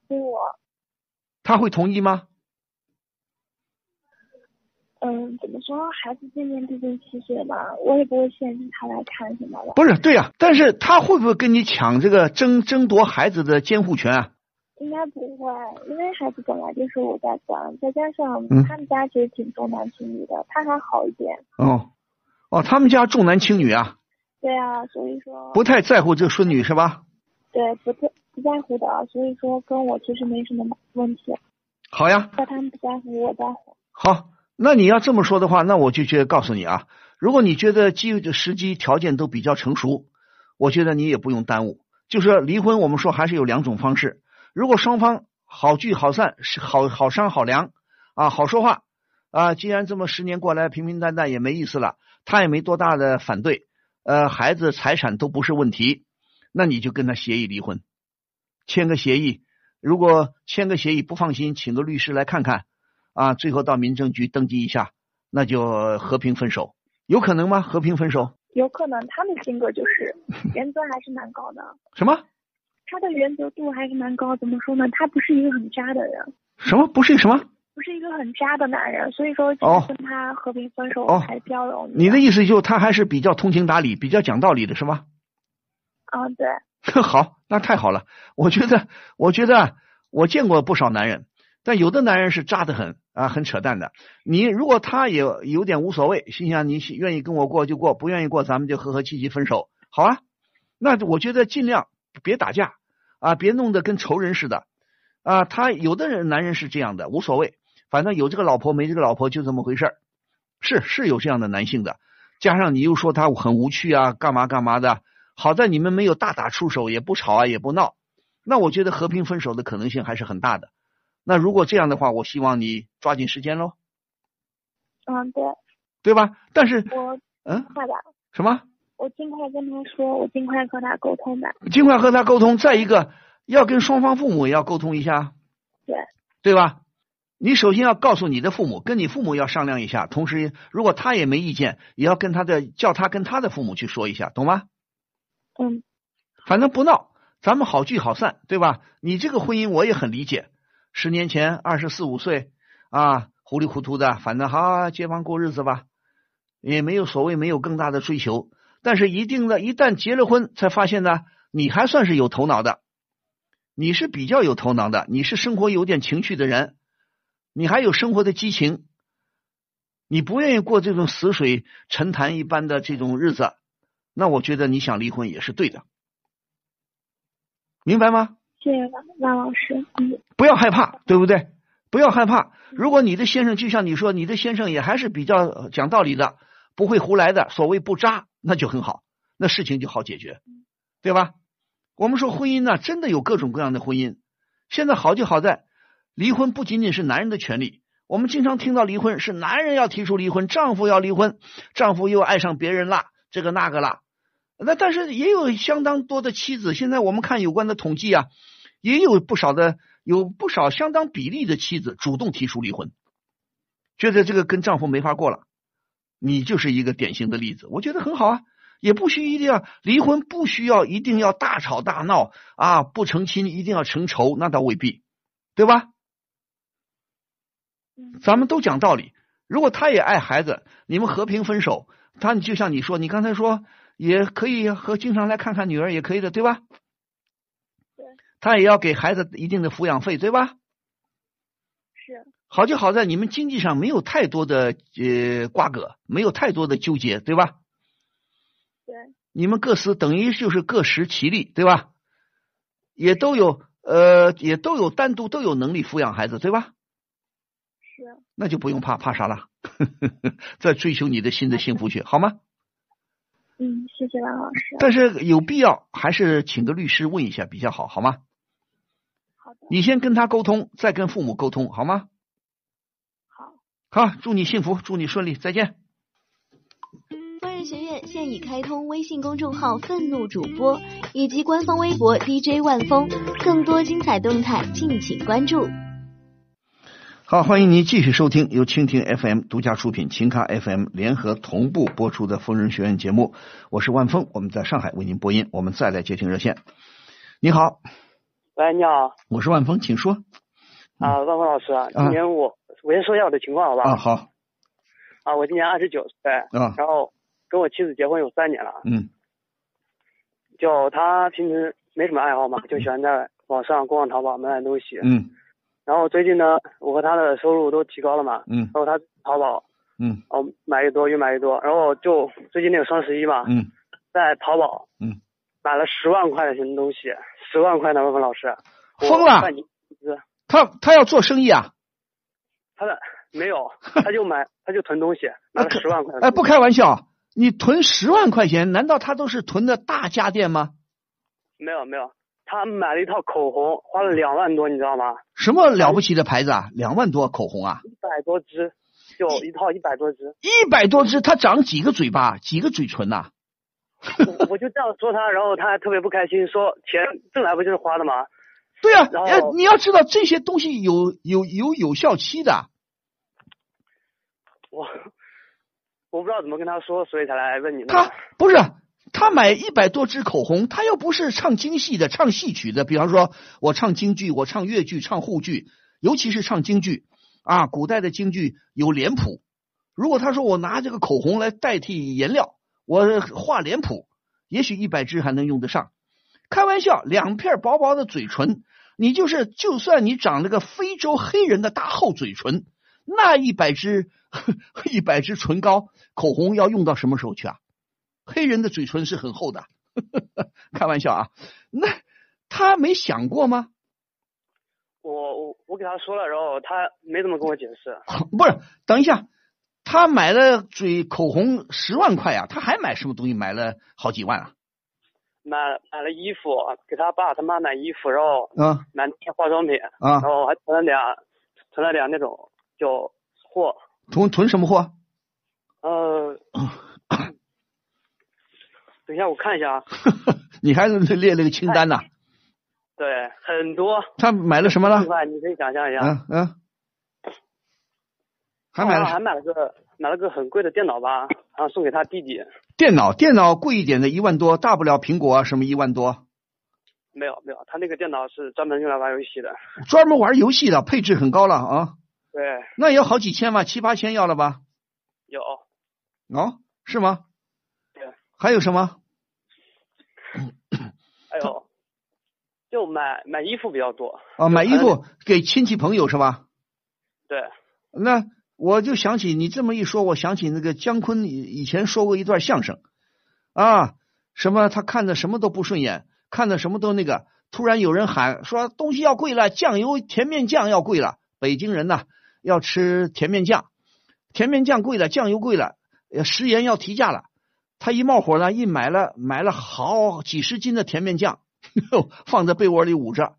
S11: 对我
S2: 他会同意吗？
S11: 嗯，怎么说？孩子今年毕竟七岁嘛，我也不会限制他来看什么的。
S2: 不是，对呀、但是他会不会跟你抢这个争争夺孩子的监护权啊？
S11: 应该不会，因为孩子本来就是我在管，再加上
S2: 嗯
S11: 他们家其实挺重男轻女的，他还好一点。
S2: 哦，哦，他们家重男轻女啊，
S11: 对啊，所以说
S2: 不太在乎这个孙女是吧？
S11: 对不在不在乎的，啊所以说跟我其实没什么问题。
S2: 好呀，
S11: 在他们不在乎，我在乎。
S2: 好，那你要这么说的话，那我就觉得告诉你啊，如果你觉得机遇的时机条件都比较成熟，我觉得你也不用耽误。就是说离婚，我们说还是有两种方式，如果双方好聚好散，是好好商好量啊，好说话啊，既然这么十年过来平平淡淡也没意思了，他也没多大的反对，呃，孩子财产都不是问题，那你就跟他协议离婚，签个协议。如果签个协议不放心，请个律师来看看，啊，最后到民政局登记一下，那就和平分手，有可能吗？和平分手？
S11: 有可能他的性格就是 原则还是蛮高的，
S2: 什么
S11: 他的原则度还是蛮高。怎么说呢？他不是一个很渣的人，
S2: 什么不是什么？
S11: 不是一个很渣的男人，所以说
S2: 哦
S11: 跟他和平分手
S2: 哦
S11: 我还包容
S2: 你的意思就是他还是比较通情达理、比较讲道理的是吗？
S11: 啊，对，
S2: 好，那太好了。我觉得，我觉得啊我见过不少男人，但有的男人是渣得很啊，很扯淡的。你如果他也有点无所谓，心想你愿意跟我过就过，不愿意过咱们就和和气气分手，好啊。那我觉得尽量别打架啊，别弄得跟仇人似的啊。他有的人男人是这样的，无所谓，反正有这个老婆没这个老婆就这么回事儿。是是有这样的男性的，加上你又说他很无趣啊，干嘛干嘛的。好在你们没有大打出手，也不吵啊，也不闹。那我觉得和平分手的可能性还是很大的。那如果这样的话，我希望你抓紧时间喽，
S11: 嗯，对，
S2: 对吧？但是
S11: 我
S2: 嗯
S11: 快吧，
S2: 什么？
S11: 我尽快跟他说，我尽快和他沟通吧。
S2: 尽快和他沟通。再一个，要跟双方父母也要沟通一下，
S11: 对，
S2: 对吧？你首先要告诉你的父母，跟你父母要商量一下。同时，如果他也没意见，也要跟他的叫他跟他的父母去说一下，懂吗？
S11: 嗯，
S2: 反正不闹，咱们好聚好散，对吧？你这个婚姻我也很理解，十年前二十四五岁啊，糊里糊涂的，反正好、啊、街坊过日子吧，也没有所谓没有更大的追求。但是一定的，一旦结了婚，才发现呢，你还算是有头脑的，你是比较有头脑的，你是生活有点情趣的人，你还有生活的激情，你不愿意过这种死水沉潭一般的这种日子，那我觉得你想离婚也是对的，明白吗？
S11: 谢谢万万老师，嗯，
S2: 不要害怕，对不对？不要害怕。如果你的先生就像你说，你的先生也还是比较呃讲道理的，不会胡来的，所谓不渣，那就很好，那事情就好解决，对吧？我们说婚姻呢、真的有各种各样的婚姻。现在好就好在，离婚不仅仅是男人的权利。我们经常听到离婚是男人要提出离婚，丈夫要离婚，丈夫又爱上别人啦，这个那个啦。那但是也有相当多的妻子，现在我们看有关的统计啊，也有不少的有不少相当比例的妻子主动提出离婚，觉得这个跟丈夫没法过了，你就是一个典型的例子，我觉得很好啊，也不需一定要离婚，不需要一定要大吵大闹啊，不成亲一定要成仇，那倒未必，对吧？
S11: 嗯
S2: 咱们都讲道理，如果他也爱孩子，你们和平分手，他就像你说，你刚才说也可以和经常来看看女儿也可以的，对吧？他也要给孩子一定的抚养费，对吧？
S11: 是，
S2: 好就好在你们经济上没有太多的呃瓜葛，没有太多的纠结，对吧？
S11: 对，
S2: 你们各司等于就是各食其力，对吧？也都有呃也都有单独都有能力抚养孩子，对吧？
S11: 是，
S2: 那就不用怕怕啥了， 再追求你的新的幸福去，好吗？
S11: 嗯，谢谢万老师。
S2: 但是有必要还是请个律师问一下比较好，好吗？
S11: 好的，
S2: 你先跟他沟通，再跟父母沟通，好吗？好，好，祝你幸福，祝你顺利，再见。
S5: 疯人学院现已开通微信公众号“愤怒主播”以及官方微博 DJ 万峰，更多精彩动态敬请关注。
S2: 好，欢迎您继续收听由蜻蜓 FM 独家出品、秦咖 FM 联合同步播出的《疯人学院》节目，我是万峰，我们在上海为您播音。我们再来接听热线。你好，
S12: 喂，你好
S2: 我是万峰，请说。
S12: 啊，万峰老师啊，今年我我先说一下我的情况，好吧？
S2: 啊，好，
S12: 啊，我今年二十九岁，
S2: 啊
S12: 然后跟我妻子结婚有三年了，
S2: 嗯
S12: 就她平时没什么爱好嘛，就喜欢在网上逛淘宝买买东西，
S2: 嗯
S12: 然后最近呢，我和她的收入都提高了嘛，
S2: 嗯
S12: 然后她淘宝
S2: 嗯
S12: 哦买越多越买越多，然后就最近那个双十一嘛，
S2: 嗯
S12: 在淘宝
S2: 嗯
S12: 买了十万块钱的东西，十万块呢，问问老师，我
S2: 疯了
S12: 半年工资
S2: 他他要做生意啊？
S12: 他的没有，他就买，他就囤东西，买了十万块。
S2: 哎，不开玩笑，你囤十万块钱，难道他都是囤的大家电吗？
S12: 没有没有，他买了一套口红，花了两万多，你知道吗？
S2: 什么了不起的牌子啊？两万多口红啊？
S12: 一百多支，就一套一百多支。
S2: 一百多支，他长几个嘴巴？几个嘴唇呐、啊
S12: 我我就这样说他，然后他还特别不开心，说钱挣来不就是花的吗？
S2: 对呀、
S12: 然后
S2: 哎，你要知道这些东西有有有有效期的。
S12: 我我不知道怎么跟他说，所以才来问你们。
S2: 他不是他买一百多支口红，他又不是唱京戏的，唱戏曲的。比方说，我唱京剧，我唱越剧，唱沪剧，尤其是唱京剧啊，古代的京剧有脸谱。如果他说我拿这个口红来代替颜料，我画脸谱，也许一百支还能用得上。开玩笑，两片薄薄的嘴唇，你就是就算你长了个非洲黑人的大厚嘴唇，那一百支 一百支唇膏、口红要用到什么时候去啊？黑人的嘴唇是很厚的， 开玩笑啊。那他没 想过吗？
S12: 我我我给他说了，然后他没怎么跟我解释。
S2: 不是，等一下，他买了嘴口红十万块啊，他还买什么东西？买了好几万啊？
S12: 买买了衣服，给他爸他妈买衣服，然后
S2: 啊
S12: 买那些化妆品，
S2: 啊
S12: 然后还囤了点囤了点那种就货，
S2: 囤囤什么货？
S12: 呃， 等一下我看一下啊，
S2: 你还列了个清单呢、
S12: 对，很多。
S2: 他买了什么了
S12: 另外你可以想象一下，
S2: 嗯嗯，还买
S12: 好像
S2: 了
S12: 还买了个买了个很贵的电脑吧，然后送给他弟弟，
S2: 电脑，电脑贵一点的一万多，大不了苹果啊什么一万多，
S12: 没有没有，他那个电脑是专门用来玩游戏的，
S2: 专门玩游戏的配置很高了啊，
S12: 对，
S2: 那也要好几千吧，七八千要了吧？
S12: 有，
S2: 哦，是吗？
S12: 对，
S2: 还有什么？
S12: 还有，哎就买买衣服比较多，
S2: 啊，买衣服给亲戚朋友是吧？
S12: 对，
S2: 那我就想起你这么一说，我想起那个姜昆以以前说过一段相声啊，什么他看的什么都不顺眼，看的什么都那个，突然有人喊说东西要贵了，酱油甜面酱要贵了，北京人呐要吃甜面酱，甜面酱贵了，酱油贵了，呃食盐要提价了。他一冒火呢，一买了买了好几十斤的甜面酱， 放在被窝里捂着，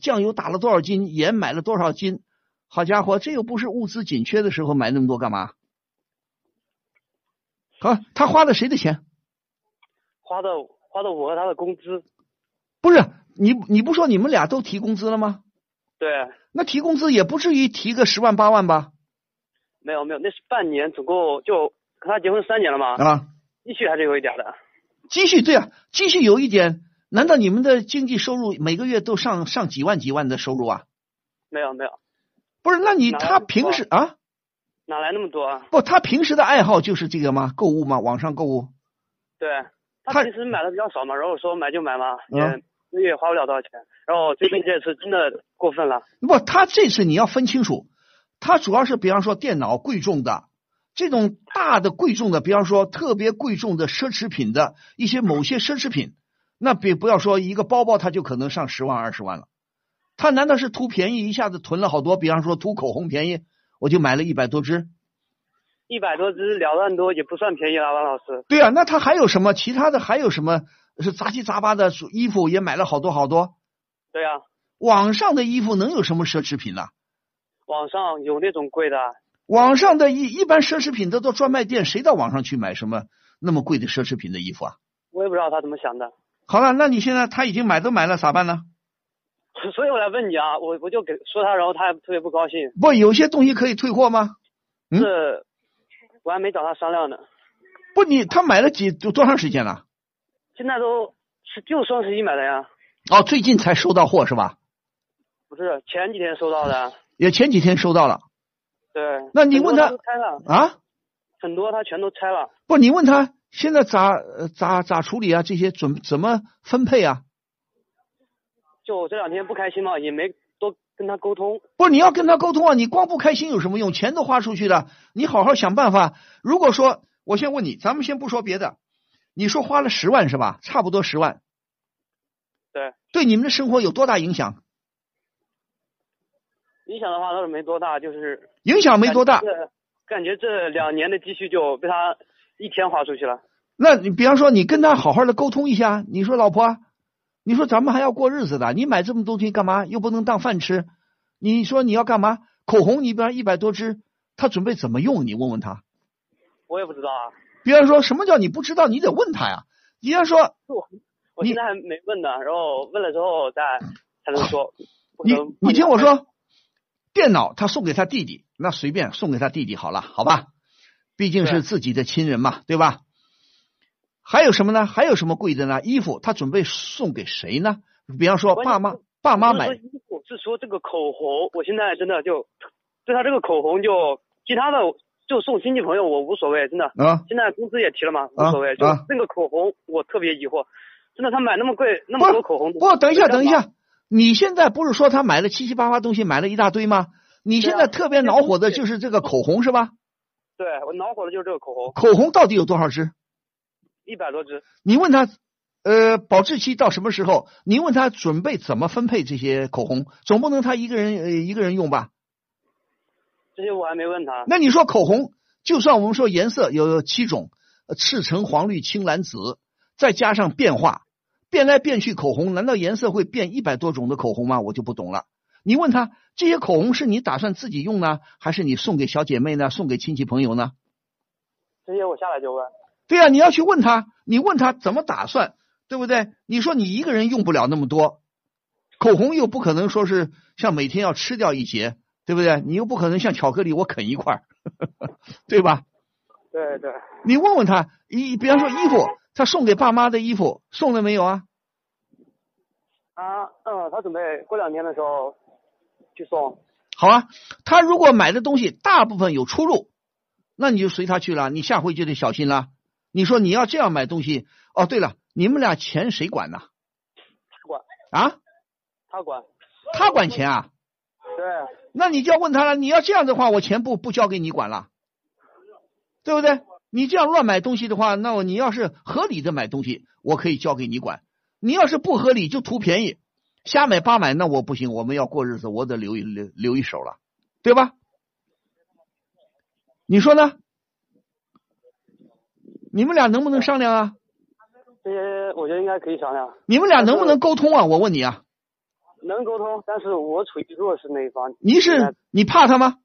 S2: 酱油打了多少斤，盐买了多少斤，好家伙，这又不是物资紧缺的时候买那么多干嘛？啊，他花的谁的钱？
S12: 花的花的我和他的工资，
S2: 不是你，你不说你们俩都提工资了吗？
S12: 对，
S2: 那提工资也不至于提个十万八万吧？
S12: 没有没有，那是半年，总共就跟他结婚三年了嘛，
S2: 啊，
S12: 积蓄还是有一点的，
S2: 积蓄对啊，积蓄有一点，难道你们的经济收入每个月都上上几万几万的收入啊？
S12: 没有没有，
S2: 不是，那你
S12: 哪来
S2: 他
S12: 那么
S2: 平
S12: 多
S2: 时啊，
S12: 哪来那么多啊？
S2: 不，他平时的爱好就是这个吗？购物吗？网上购物？
S12: 对
S2: 他
S12: 他平时买的比较少嘛，然后说买就买嘛，
S2: 嗯
S12: 也一个月花不了多少钱。然后最近这次真的过分了，
S2: 不，他这次你要分清楚，他主要是比方说电脑贵重的，这种大的贵重的，比方说特别贵重的奢侈品的一些某些奢侈品，那比不要说一个包包，他就可能上十万二十万了。他难道是图便宜一下子囤了好多？比方说图口红便宜，我就买了一百多支。
S12: 一百多只两万多也不算便宜了，王老师。
S2: 对啊，那他还有什么其他的？还有什么是杂七杂八的衣服也买了好多好多？
S12: 对啊，
S2: 网上的衣服能有什么奢侈品呢、
S12: 网上有那种贵的，
S2: 网上的一一般奢侈品的都专卖店，谁到网上去买什么那么贵的奢侈品的衣服啊？
S12: 我也不知道他怎么想的，
S2: 好了，那你现在他已经买都买了，咋办呢？
S12: 所以我来问你啊，我我就给说他，然后他还特别不高兴，
S2: 不，有些东西可以退货吗？嗯
S12: 这我还没找他商量呢。
S2: 不，你他买了几多多长时间了？
S12: 现在都是就双十一买的呀，
S2: 哦，最近才收到货是吧？
S12: 不是前几天收到的。
S2: 也前几天收到了。
S12: 对，
S2: 那你问他
S12: 很多都开了
S2: 啊？
S12: 很多他全都拆了。
S2: 不，你问他现在咋呃咋咋处理啊？这些怎怎么分配啊？
S12: 就这两天不开心嘛，也没多跟他沟通。
S2: 不是你要跟他沟通啊，你光不开心有什么用？钱都花出去了，你好好想办法。如果说我先问你，咱们先不说别的，你说花了十万是吧？差不多十万，
S12: 对，
S2: 对你们的生活有多大影响？
S12: 影响的话倒是没多大，就是
S2: 影响没多大。
S12: 感觉这两年的积蓄就被他一天花出去了。
S2: 那你比方说，你跟他好好的沟通一下，你说老婆，你说咱们还要过日子的，你买这么多东西干嘛？又不能当饭吃。你说你要干嘛？口红你比方一百多支，他准备怎么用？你问问他。
S12: 我也不知道啊。
S2: 比方说什么叫你不知道？你得问他呀。你要说，
S12: 我我现在还没问呢，然后问了之后再才能说。
S2: 你你听我说，电脑他送给他弟弟。那随便送给他弟弟好了，好吧，毕竟是自己的亲人嘛，对吧？还有什么呢？还有什么贵的呢？衣服他准备送给谁呢？比方说爸妈，爸妈买。
S12: 衣服是说这个口红，我现在真的就对他这个口红就其他的就送亲戚朋友我无所谓，真的。
S2: 啊。
S12: 现在工资也提了嘛，无所谓。
S2: 啊、
S12: 就那个口红我特别疑惑，真的他买那么贵那么多口红。
S2: 不，等一下，等一下，你现在不是说他买了七七八八东西，买了一大堆吗？你
S12: 啊
S2: 现在特别恼火的就是这个口红是吧？
S12: 对，我恼火的就是这个口红。
S2: 口红到底有多少支？
S12: 一百多支。
S2: 你问他，呃，保质期到什么时候？你问他准备怎么分配这些口红，总不能他一个人、呃、一个人用吧？
S12: 这些我还没问他。
S2: 那你说口红，就算我们说颜色有七种，呃赤橙黄绿青蓝紫，再加上变化，变来变去，口红难道颜色会变一百多种的口红吗？我就不懂了。你问他这些口红是你打算自己用呢，还是你送给小姐妹呢，送给亲戚朋友呢？
S12: 这些我下来就问。
S2: 对呀、啊，你要去问他，你问他怎么打算，对不对？你说你一个人用不了那么多，口红又不可能说是像每天要吃掉一节，对不对？你又不可能像巧克力我啃一块，呵呵 对吧？
S12: 对对。
S2: 你问问他，一比方说衣服，他送给爸妈的衣服送了没有啊？
S12: 啊，嗯，他准备过两天的时候。去送
S2: 好啊！他如果买的东西大部分有出入，那你就随他去了。你下回就得小心了。你说你要这样买东西哦。对了，你们俩钱谁管呢？
S12: 他管
S2: 啊？
S12: 他管。
S2: 他管钱啊？
S12: 对。
S2: 那你就要问他了。你要这样的话，我钱不不交给你管了，对不对？你这样乱买东西的话，那我你要是合理的买东西，我可以交给你管。你要是不合理，就图便宜。瞎买八买那我不行，我们要过日子，我得留一留留一手了，对吧？你说呢？你们俩能不能商量啊？
S12: 这些我觉得应该可以商量。
S2: 你们俩能不能沟通啊？我问你啊。
S12: 能沟通，但是我处于弱势那一方。
S2: 你
S12: 啊
S2: 是你怕他吗？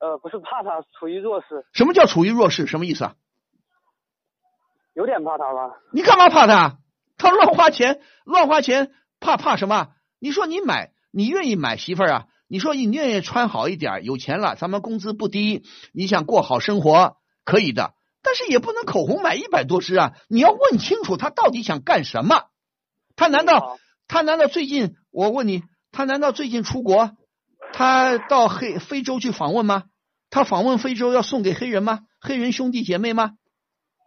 S12: 呃，不是怕他，处于弱势。
S2: 什么叫处于弱势？什么意思啊？
S12: 有点怕他吧。
S2: 你干嘛怕他？他乱花钱，乱花钱。怕怕什么？你说你买，你愿意买媳妇儿啊？你说你愿意穿好一点，有钱了，咱们工资不低，你想过好生活可以的，但是也不能口红买一百多支啊！你要问清楚他到底想干什么？他难道他难道最近我问你，他难道最近出国？他到黑非洲去访问吗？他访问非洲要送给黑人吗？黑人兄弟姐妹吗？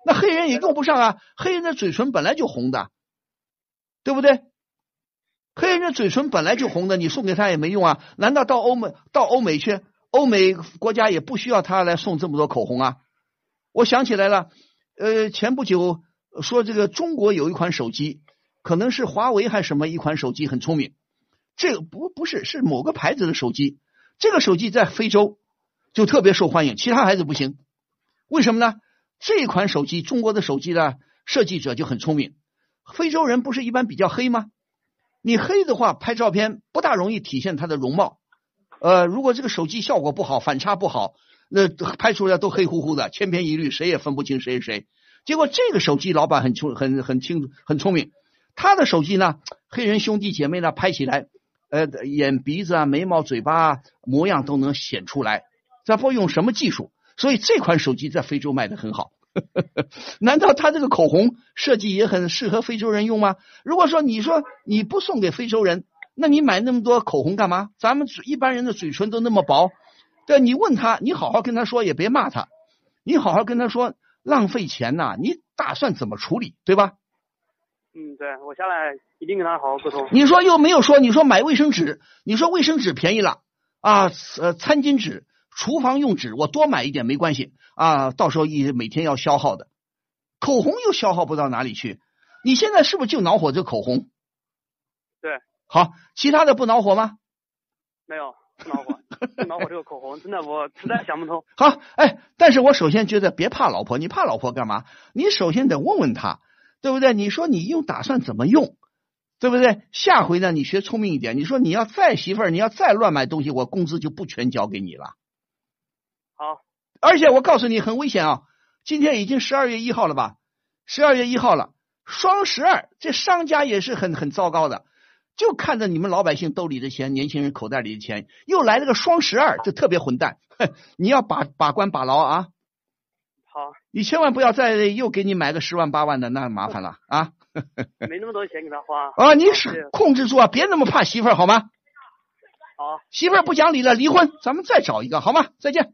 S2: 那黑人也用不上啊，黑人的嘴唇本来就红的，对不对？黑人的嘴唇本来就红的，你送给他也没用啊！难道到欧美到欧美去？欧美国家也不需要他来送这么多口红啊！我想起来了，呃，前不久说这个中国有一款手机，可能是华为还是什么一款手机很聪明，这个不不是是某个牌子的手机，这个手机在非洲就特别受欢迎，其他牌子不行。为什么呢？这款手机中国的手机呢，设计者就很聪明，非洲人不是一般比较黑吗？你黑的话，拍照片不大容易体现他的容貌。呃，如果这个手机效果不好，反差不好，那拍出来都黑乎乎的，千篇一律，谁也分不清谁是谁。结果这个手机老板很聪、很很清、很聪明，他的手机呢，黑人兄弟姐妹呢拍起来，呃，眼鼻子啊、眉毛、嘴巴啊模样都能显出来，这不用什么技术。所以这款手机在非洲卖的很好。 难道他这个口红设计也很适合非洲人用吗？如果说你说你不送给非洲人，那你买那么多口红干嘛？咱们一般人的嘴唇都那么薄，对，你问他，你好好跟他说，也别骂他。
S3: 你好好跟他说，浪费钱呐、你打算怎么处理，对吧？
S12: 嗯，对我下来一定跟他好好沟通。
S3: 你说又没有说，你说买卫生纸，你说卫生纸便宜了啊，呃，餐巾纸、厨房用纸我多买一点没关系啊，到时候一每天要消耗的，口红又消耗不到哪里去。你现在是不是就恼火这口红？
S12: 对，
S3: 好，其他的不恼火吗？
S12: 没有不恼火，不恼火这个口红，真的我实在想不通。
S3: 好，哎，但是我首先觉得别怕老婆，你怕老婆干嘛？你首先得问问她，对不对？你说你用打算怎么用，对不对？下回呢，你学聪明一点，你说你要再媳妇儿，你要再乱买东西，我工资就不全交给你了。
S12: 好，
S3: 而且我告诉你很危险啊！今天已经十二月一号了吧？十二月一号了，双十二，这商家也是很很糟糕的，就看着你们老百姓兜里的钱，年轻人口袋里的钱，又来了个双十二，就特别混蛋。哼，你要把把关把牢啊！
S12: 好，
S3: 你千万不要再又给你买个十万八万的，那麻烦了啊！
S12: 没那么多钱给他花。
S3: 啊，你
S12: 是
S3: 是控制住啊，别那么怕媳妇儿好吗？
S12: 好，
S3: 媳妇儿不讲理了，离婚，咱们再找一个好吗？再见。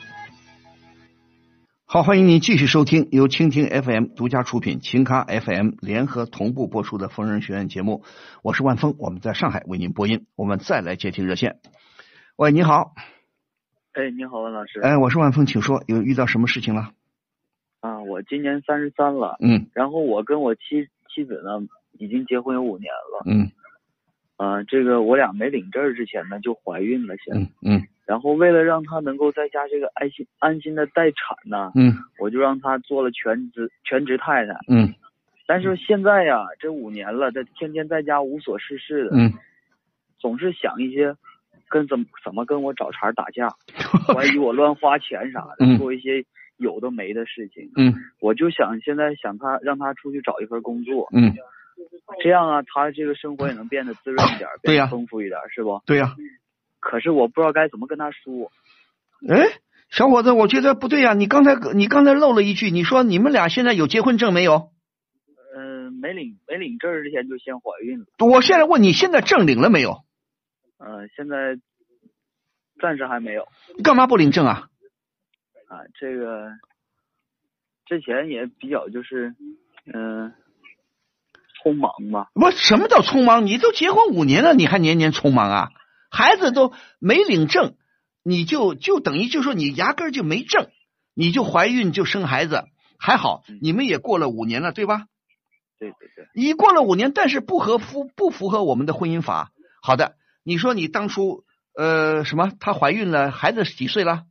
S2: 好，欢迎您继续收听由蜻蜓 FM 独家出品、秦咖 FM 联合同步播出的《疯人学院》节目，我是万峰，我们在上海为您播音。我们再来接听热线。喂，你好，
S13: 哎，你好，文老师。
S2: 哎，我是万峰，请说，有遇到什么事情了？
S13: 啊，我今年三十三了，
S2: 嗯
S13: 然后我跟我妻妻子呢，已经结婚有五年了。
S2: 嗯
S13: 嗯、这个我俩没领证儿之前呢，就怀孕了先。
S2: 嗯
S13: 然后为了让她能够在家这个安心安心的待产呢，
S2: 嗯
S13: 我就让她做了全职全职太太。
S2: 嗯
S13: 但是现在呀，这五年了，这天天在家无所事事的，
S2: 嗯，
S13: 总是想一些跟怎么怎么跟我找茬儿打 架，怀疑我乱花钱啥的，
S2: 嗯
S13: 做一些有的没的事情。
S2: 嗯
S13: 我就想现在想他让他出去找一份工作，
S2: 嗯，
S13: 这样啊，他这个生活也能变得滋润一点，
S2: 对呀
S13: 变得丰富一点，是不？
S2: 对呀、
S13: 可是我不知道该怎么跟他说。
S2: 哎，小伙子，我觉得不对呀、你刚才你刚才漏了一句，你说你们俩现在有结婚证没有？
S13: 嗯、没领没领证儿之前就先怀孕了，
S2: 我现在问你，现在证领了没有？
S13: 呃，现在暂时还没有
S2: 你干嘛不领证啊？
S13: 啊。这个之前也比较就是，嗯、匆忙嘛。
S2: 我什么叫匆忙？你都结婚五年了，你还年年匆忙啊？孩子都没领证，你就就等于就说你压根儿就没证，你就怀孕就生孩子，还好你们也过了五年了，对吧？
S13: 对对对，
S2: 你过了五年，但是不合符不符合我们的婚姻法。好的，你说你当初呃什么？她怀孕了，孩子几岁了？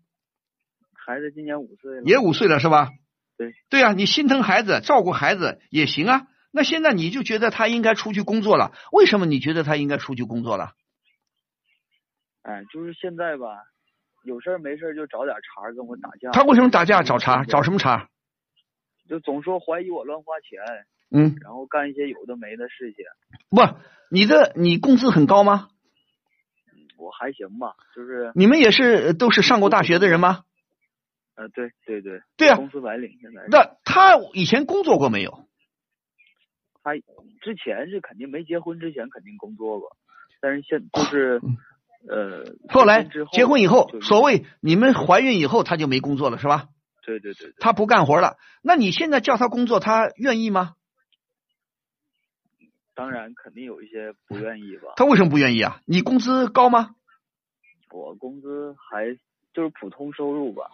S13: 孩子今年五岁了，
S2: 也五岁了是吧？
S13: 对
S2: 对啊，你心疼孩子，照顾孩子也行啊。那现在你就觉得他应该出去工作了，为什么你觉得他应该出去工作了？
S13: 哎，就是现在吧，有事儿没事儿就找点茬儿跟我打架。
S2: 他为什么打架找茬？找什么茬？
S13: 就总说怀疑我乱花钱，
S2: 嗯，
S13: 然后干一些有的没的事情，
S2: 不，你的你工资很高吗？
S13: 我还行吧，就是
S2: 你们也是呃都是上过大学的人吗？
S13: 呃，对对对，
S2: 对啊
S13: 公司白领现在是。
S2: 那他以前工作过没有？
S13: 他之前是肯定没结婚之前肯定工作过，但是现就是呃，
S2: 后来
S13: 之后
S2: 结婚以后
S13: 就，是
S2: 所谓你们怀孕以后他就没工作了是吧？
S13: 对对对对，
S2: 他不干活了，那你现在叫他工作，他愿意吗？
S13: 当然肯定有一些不愿意吧。
S2: 他为什么不愿意啊？你工资高吗？
S13: 我工资还就是普通收入吧，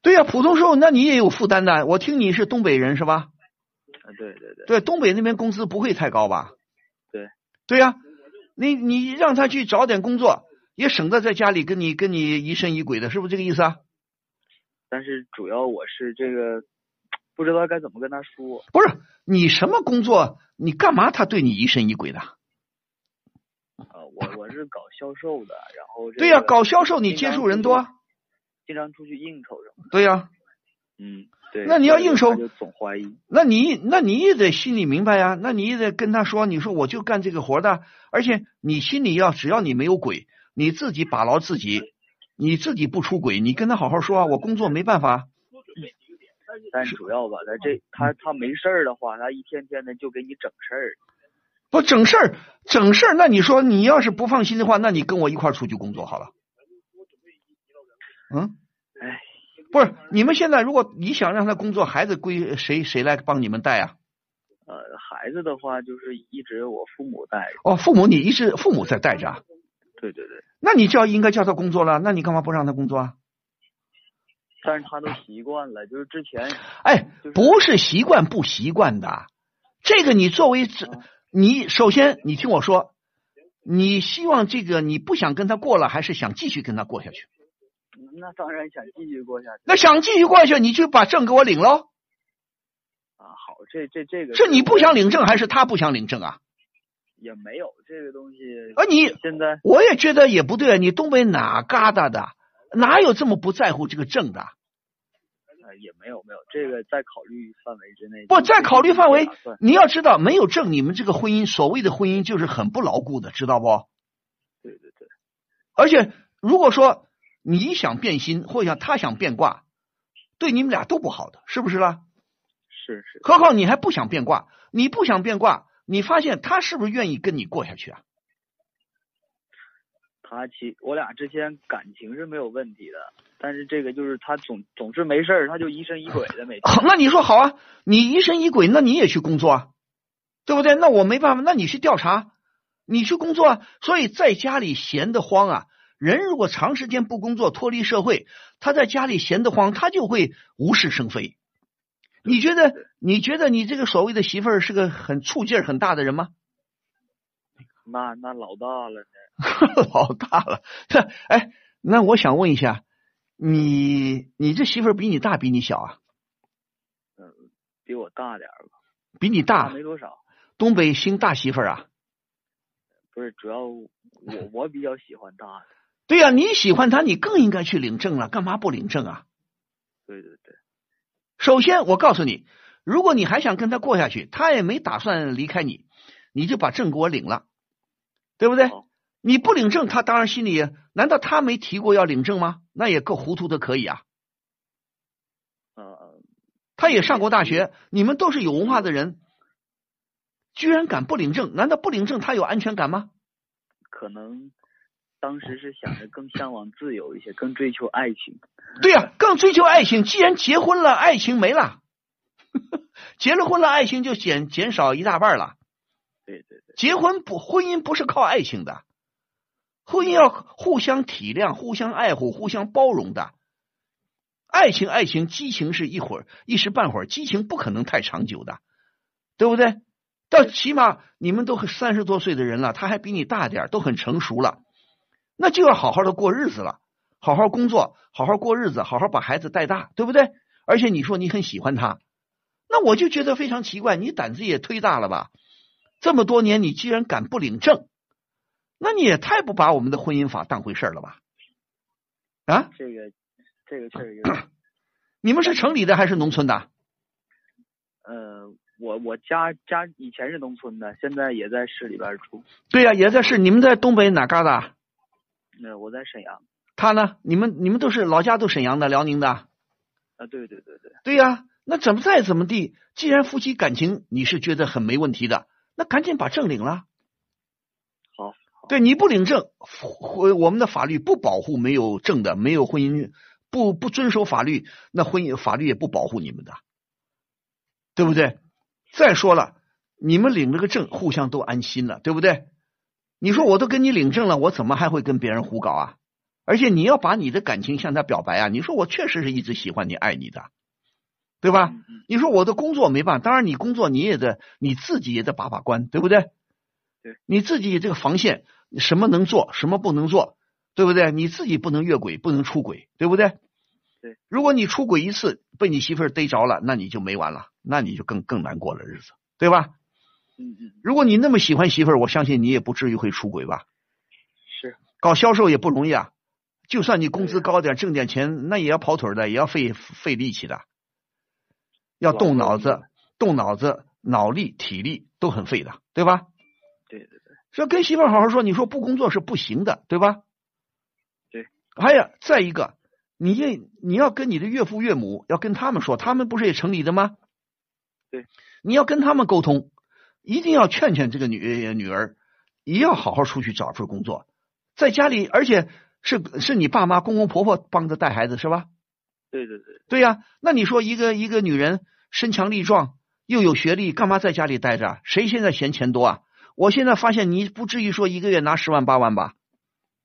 S2: 对呀、普通收入，那你也有负担的。我听你是东北人是吧？
S13: 啊对对对
S2: 对，东北那边工资不会太高吧？
S13: 对，
S2: 对呀、你你让他去找点工作，也省得在家里跟你跟你疑神疑鬼的，是不是这个意思啊？
S13: 但是主要我是这个不知道该怎么跟他说，
S2: 不是，你什么工作？你干嘛他对你疑神疑鬼的？
S13: 啊，我我是搞销售的，然后这
S2: 对呀、
S13: 个
S2: 搞销售你
S13: 经
S2: 接
S13: 常
S2: 触
S13: 出
S2: 人
S13: 去
S2: 多啊，
S13: 经常出去应酬什么的。
S2: 对呀、
S13: 嗯，对。
S2: 那你要硬收
S13: 他就总怀疑。
S2: 那你那你也得心里明白呀、那你也得跟他说，你说我就干这个活的，而且你心里要只要你没有鬼，你自己把牢自己，你自己不出轨，你跟他好好说啊，我工作没办法，
S13: 但主要吧，他这他他没事儿的话，他一天天的就给你整事儿。
S2: 不整事儿整事儿，那你说你要是不放心的话，那你跟我一块儿出去工作好了。嗯，
S13: 哎，
S2: 不是，你们现在如果你想让他工作，孩子归谁谁来帮你们带啊？
S13: 呃，孩子的话就是一直我父母带着。
S2: 哦，父母你一直父母在带着啊，
S13: 对对对，
S2: 那你就要应该叫他工作了，那你干嘛不让他工作啊？
S13: 但是他都习惯了，就是之前
S2: 哎，不是习惯不习惯的，这个你作为这，
S13: 嗯
S2: 你首先你听我说，你希望这个你不想跟他过了，还是想继续跟他过下去？
S13: 那当然想继续过下去。
S2: 那想继续过下去，你就把证给我领喽。
S13: 啊，好，这这这个
S2: 是你不想领证，还是他不想领证啊？
S13: 也没有这个东西。
S2: 啊，你
S13: 现在
S2: 我也觉得也不对啊，你东北哪旮瘩的，哪有这么不在乎这个证的？
S13: 呃也没有没有这个在考虑范围之内。
S2: 不在考虑范围
S13: 打算，
S2: 你要知道，没有证，你们这个婚姻所谓的婚姻就是很不牢固的，知道不？
S13: 对对对，
S2: 而且如果说你想变心，或者想他想变卦，对你们俩都不好的，是不是啦？
S13: 是是，
S2: 何况你还不想变卦，你不想变卦，你发现他是不是愿意跟你过下去啊？
S13: 他其我俩之间感情是没有问题的，但是这个就是他总总是没事儿，他就疑神疑鬼的每天。
S2: 好那你说好啊，你疑神疑鬼，那你也去工作啊，对不对？那我没办法，那你去调查，你去工作啊。所以在家里闲得慌啊，人如果长时间不工作，脱离社会，他在家里闲得慌，他就会无事生非。你觉得你觉得你这个所谓的媳妇儿是个很醋劲儿很大的人吗？
S13: 那那老大了呢，
S2: 老大了，这哎，那我想问一下，你你这媳妇儿比你大比你小啊？
S13: 比我大点儿吧，
S2: 比你
S13: 大
S2: 大，
S13: 没多少。
S2: 东北新大媳妇儿啊？
S13: 不是，主要我我比较喜欢大的。
S2: 对呀、你喜欢他，你更应该去领证了，干嘛不领证啊？
S13: 对对对，
S2: 首先，我告诉你，如果你还想跟他过下去，他也没打算离开你，你就把证给我领了，对不对？你不领证，他当然心里也，难道他没提过要领证吗？那也够糊涂的，可以啊。
S13: 呃，
S2: 他也上过大学，你们都是有文化的人，居然敢不领证？难道不领证他有安全感吗？
S13: 可能当时是想着更向往自由一些，更追求爱情。
S2: 对呀、更追求爱情。既然结婚了，爱情没了； 结了婚了，爱情就减减少一大半了。
S13: 对对对，
S2: 结婚不，婚姻不是靠爱情的，婚姻要互相体谅、互相爱护、互相包容的。爱情，爱情，激情是一会儿一时半会儿，激情不可能太长久的，对不对？到起码你们都三十多岁的人了，他还比你大点儿，都很成熟了，那就要好好的过日子了，好好工作，好好过日子，好好把孩子带大，对不对？而且你说你很喜欢他，那我就觉得非常奇怪，你胆子也忒大了吧？这么多年你居然敢不领证，那你也太不把我们的婚姻法当回事儿了吧？啊，
S13: 这个这个确实有 点。
S2: 你们是城里的还是农村的？
S13: 呃，我我家家以前是农村的，现在也在市里边儿住。
S2: 对呀、也在是你们在东北哪旮瘩？
S13: 那、呃我在沈阳。
S2: 他呢？你们你们都是老家都沈阳的、辽宁的？
S13: 啊，对对对对，
S2: 对呀、那怎么再怎么地，既然夫妻感情你是觉得很没问题的，那赶紧把证领了。
S13: 好，
S2: 对，你不领证，婚我们的法律不保护没有证的，没有婚姻不不遵守法律，那婚姻法律也不保护你们的，对不对？再说了，你们领了个证，互相都安心了，对不对？你说我都跟你领证了，我怎么还会跟别人胡搞啊？而且你要把你的感情向他表白啊！你说我确实是一直喜欢你、爱你的，对吧？
S13: 嗯
S2: 你说我的工作没办法，当然你工作你也得你自己也得把把关，对不对？
S13: 对，
S2: 你自己这个防线，什么能做，什么不能做，对不对？你自己不能越轨，不能出轨，对不对？
S13: 对。
S2: 如果你出轨一次被你媳妇儿逮着了，那你就没完了，那你就更更难过了日子，对吧？
S13: 嗯嗯，
S2: 如果你那么喜欢媳妇儿，我相信你也不至于会出轨吧？
S13: 是
S2: 搞销售也不容易啊，就算你工资高点，挣点钱，那也要跑腿儿的，也要费费力气的，要动脑子，动脑子，脑力、体力都很费的，对吧？
S13: 对对对，
S2: 说跟媳妇儿好好说，你说不工作是不行的，对吧？
S13: 对。
S2: 还有再一个，你这你要跟你的岳父岳母要跟他们说，他们不是也城里的吗？
S13: 对。
S2: 你要跟他们沟通，一定要劝劝这个女呃女儿，也要好好出去找份工作，在家里，而且是是你爸妈公公婆婆帮着带孩子是吧？
S13: 对对对。
S2: 对呀、那你说一个一个女人身强力壮又有学历，干嘛在家里待着啊？谁现在嫌钱多啊？我现在发现你不至于说一个月拿十万八万吧？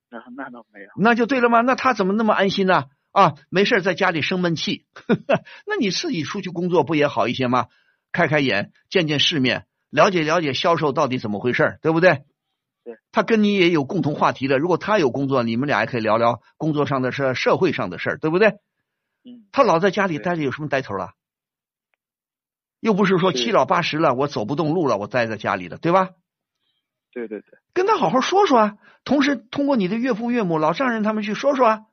S13: 那那倒没有，
S2: 那就对了嘛。那他怎么那么安心呢？啊，没事儿在家里生闷气， 那你自己出去工作不也好一些吗？开开眼，见见世面，了解了解销售到底怎么回事儿，对不对？
S13: 对。
S2: 他跟你也有共同话题了，如果他有工作，你们俩也可以聊聊工作上的事儿、社会上的事儿，对不对？
S13: 嗯。
S2: 他老在家里待着有什么呆头了？又不是说
S13: 对
S2: 七老八十了，我走不动路了，我待在家里了，对吧？
S13: 对对对，
S2: 跟他好好说说啊，同时通过你的岳父岳母、老丈人他们去说说啊。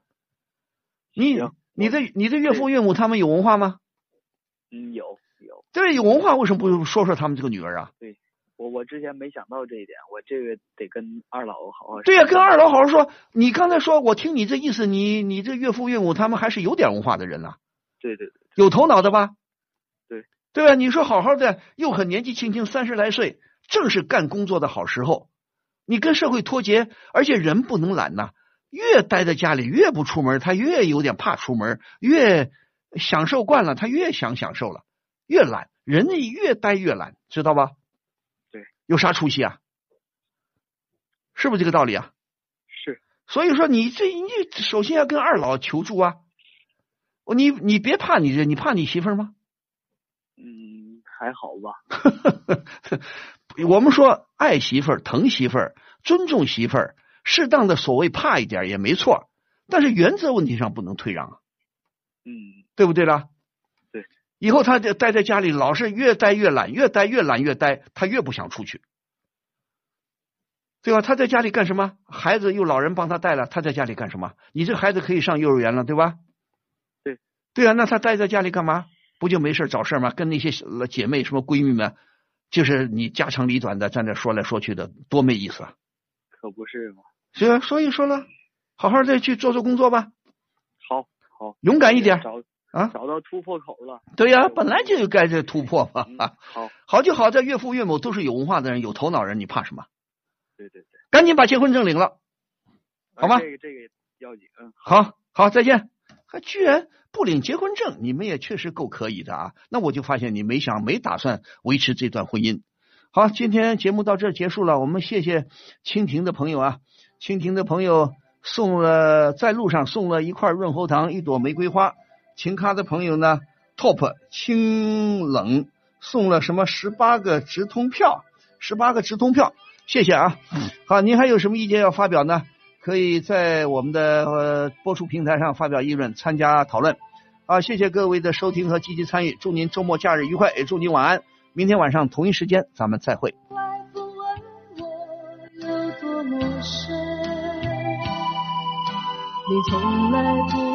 S2: 你你的你的岳父岳母他们有文化吗？
S13: 嗯，有有，
S2: 对，有文化为什么不说说他们这个女儿啊？
S13: 对我我之前没想到这一点，我这个得跟二老好好。
S2: 对呀、跟二老好好说。你刚才说，我听你这意思，你你这岳父岳母他们还是有点文化的人呐、
S13: 对对对
S2: 有头脑的吧？
S13: 对
S2: 对吧？你说好好的，又很年纪轻轻，三十来岁，正是干工作的好时候。你跟社会脱节，而且人不能懒呐、越待在家里越不出门，他越有点怕出门，越享受惯了，他越想享受了，越懒，人越待越懒，知道吧？
S13: 对，
S2: 有啥出息啊？是不是这个道理啊？
S13: 是，
S2: 所以说你这你首先要跟二老求助啊，你你别怕你这，你怕你媳妇儿吗？
S13: 嗯，还好吧，
S2: 我们说爱媳妇儿、疼媳妇儿、尊重媳妇儿，适当的所谓怕一点儿也没错儿，但是原则问题上不能退让啊，
S13: 嗯，
S2: 对不对啦？
S13: 对，
S2: 以后他就待在家里，老是越待越懒，越待越懒，越待他越不想出去，对吧？他在家里干什么？孩子又老人帮他带了，他在家里干什么？你这孩子可以上幼儿园了，对吧？
S13: 对，
S2: 对啊，那他待在家里干嘛？不就没事儿找事儿吗？跟那些小姐妹、什么闺蜜们，就是你家长里短的在那说来说去的，多没意思啊！
S13: 可不是嘛。
S2: 是啊，所以说了，好好再去做做工作吧，
S13: 好，好，
S2: 勇敢一点
S13: 找
S2: 啊！
S13: 找到突破口了。
S2: 对呀、本来就该这突破嘛。
S13: 好，
S2: 好就好在岳父岳母都是有文化的人，有头脑人，你怕什么？
S13: 对对对，
S2: 赶紧把结婚证领了，好吗
S13: 这个这个要紧，嗯，
S2: 好好再见。还居然不领结婚证，你们也确实够可以的啊！那我就发现你没想没打算维持这段婚姻。好，今天节目到这儿结束了，我们谢谢蜻蜓的朋友啊，蜻蜓的朋友送了在路上送了一块润喉糖，一朵玫瑰花。秦咖的朋友呢，Top 清冷送了什么十八个直通票，十八个直通票，谢谢啊。好，您还有什么意见要发表呢？可以在我们的、呃、播出平台上发表议论，参加讨论。啊，谢谢各位的收听和积极参与，祝您周末假日愉快，也祝您晚安。明天晚上同一时间咱们再会。
S14: 来不问我有多陌生，你从来不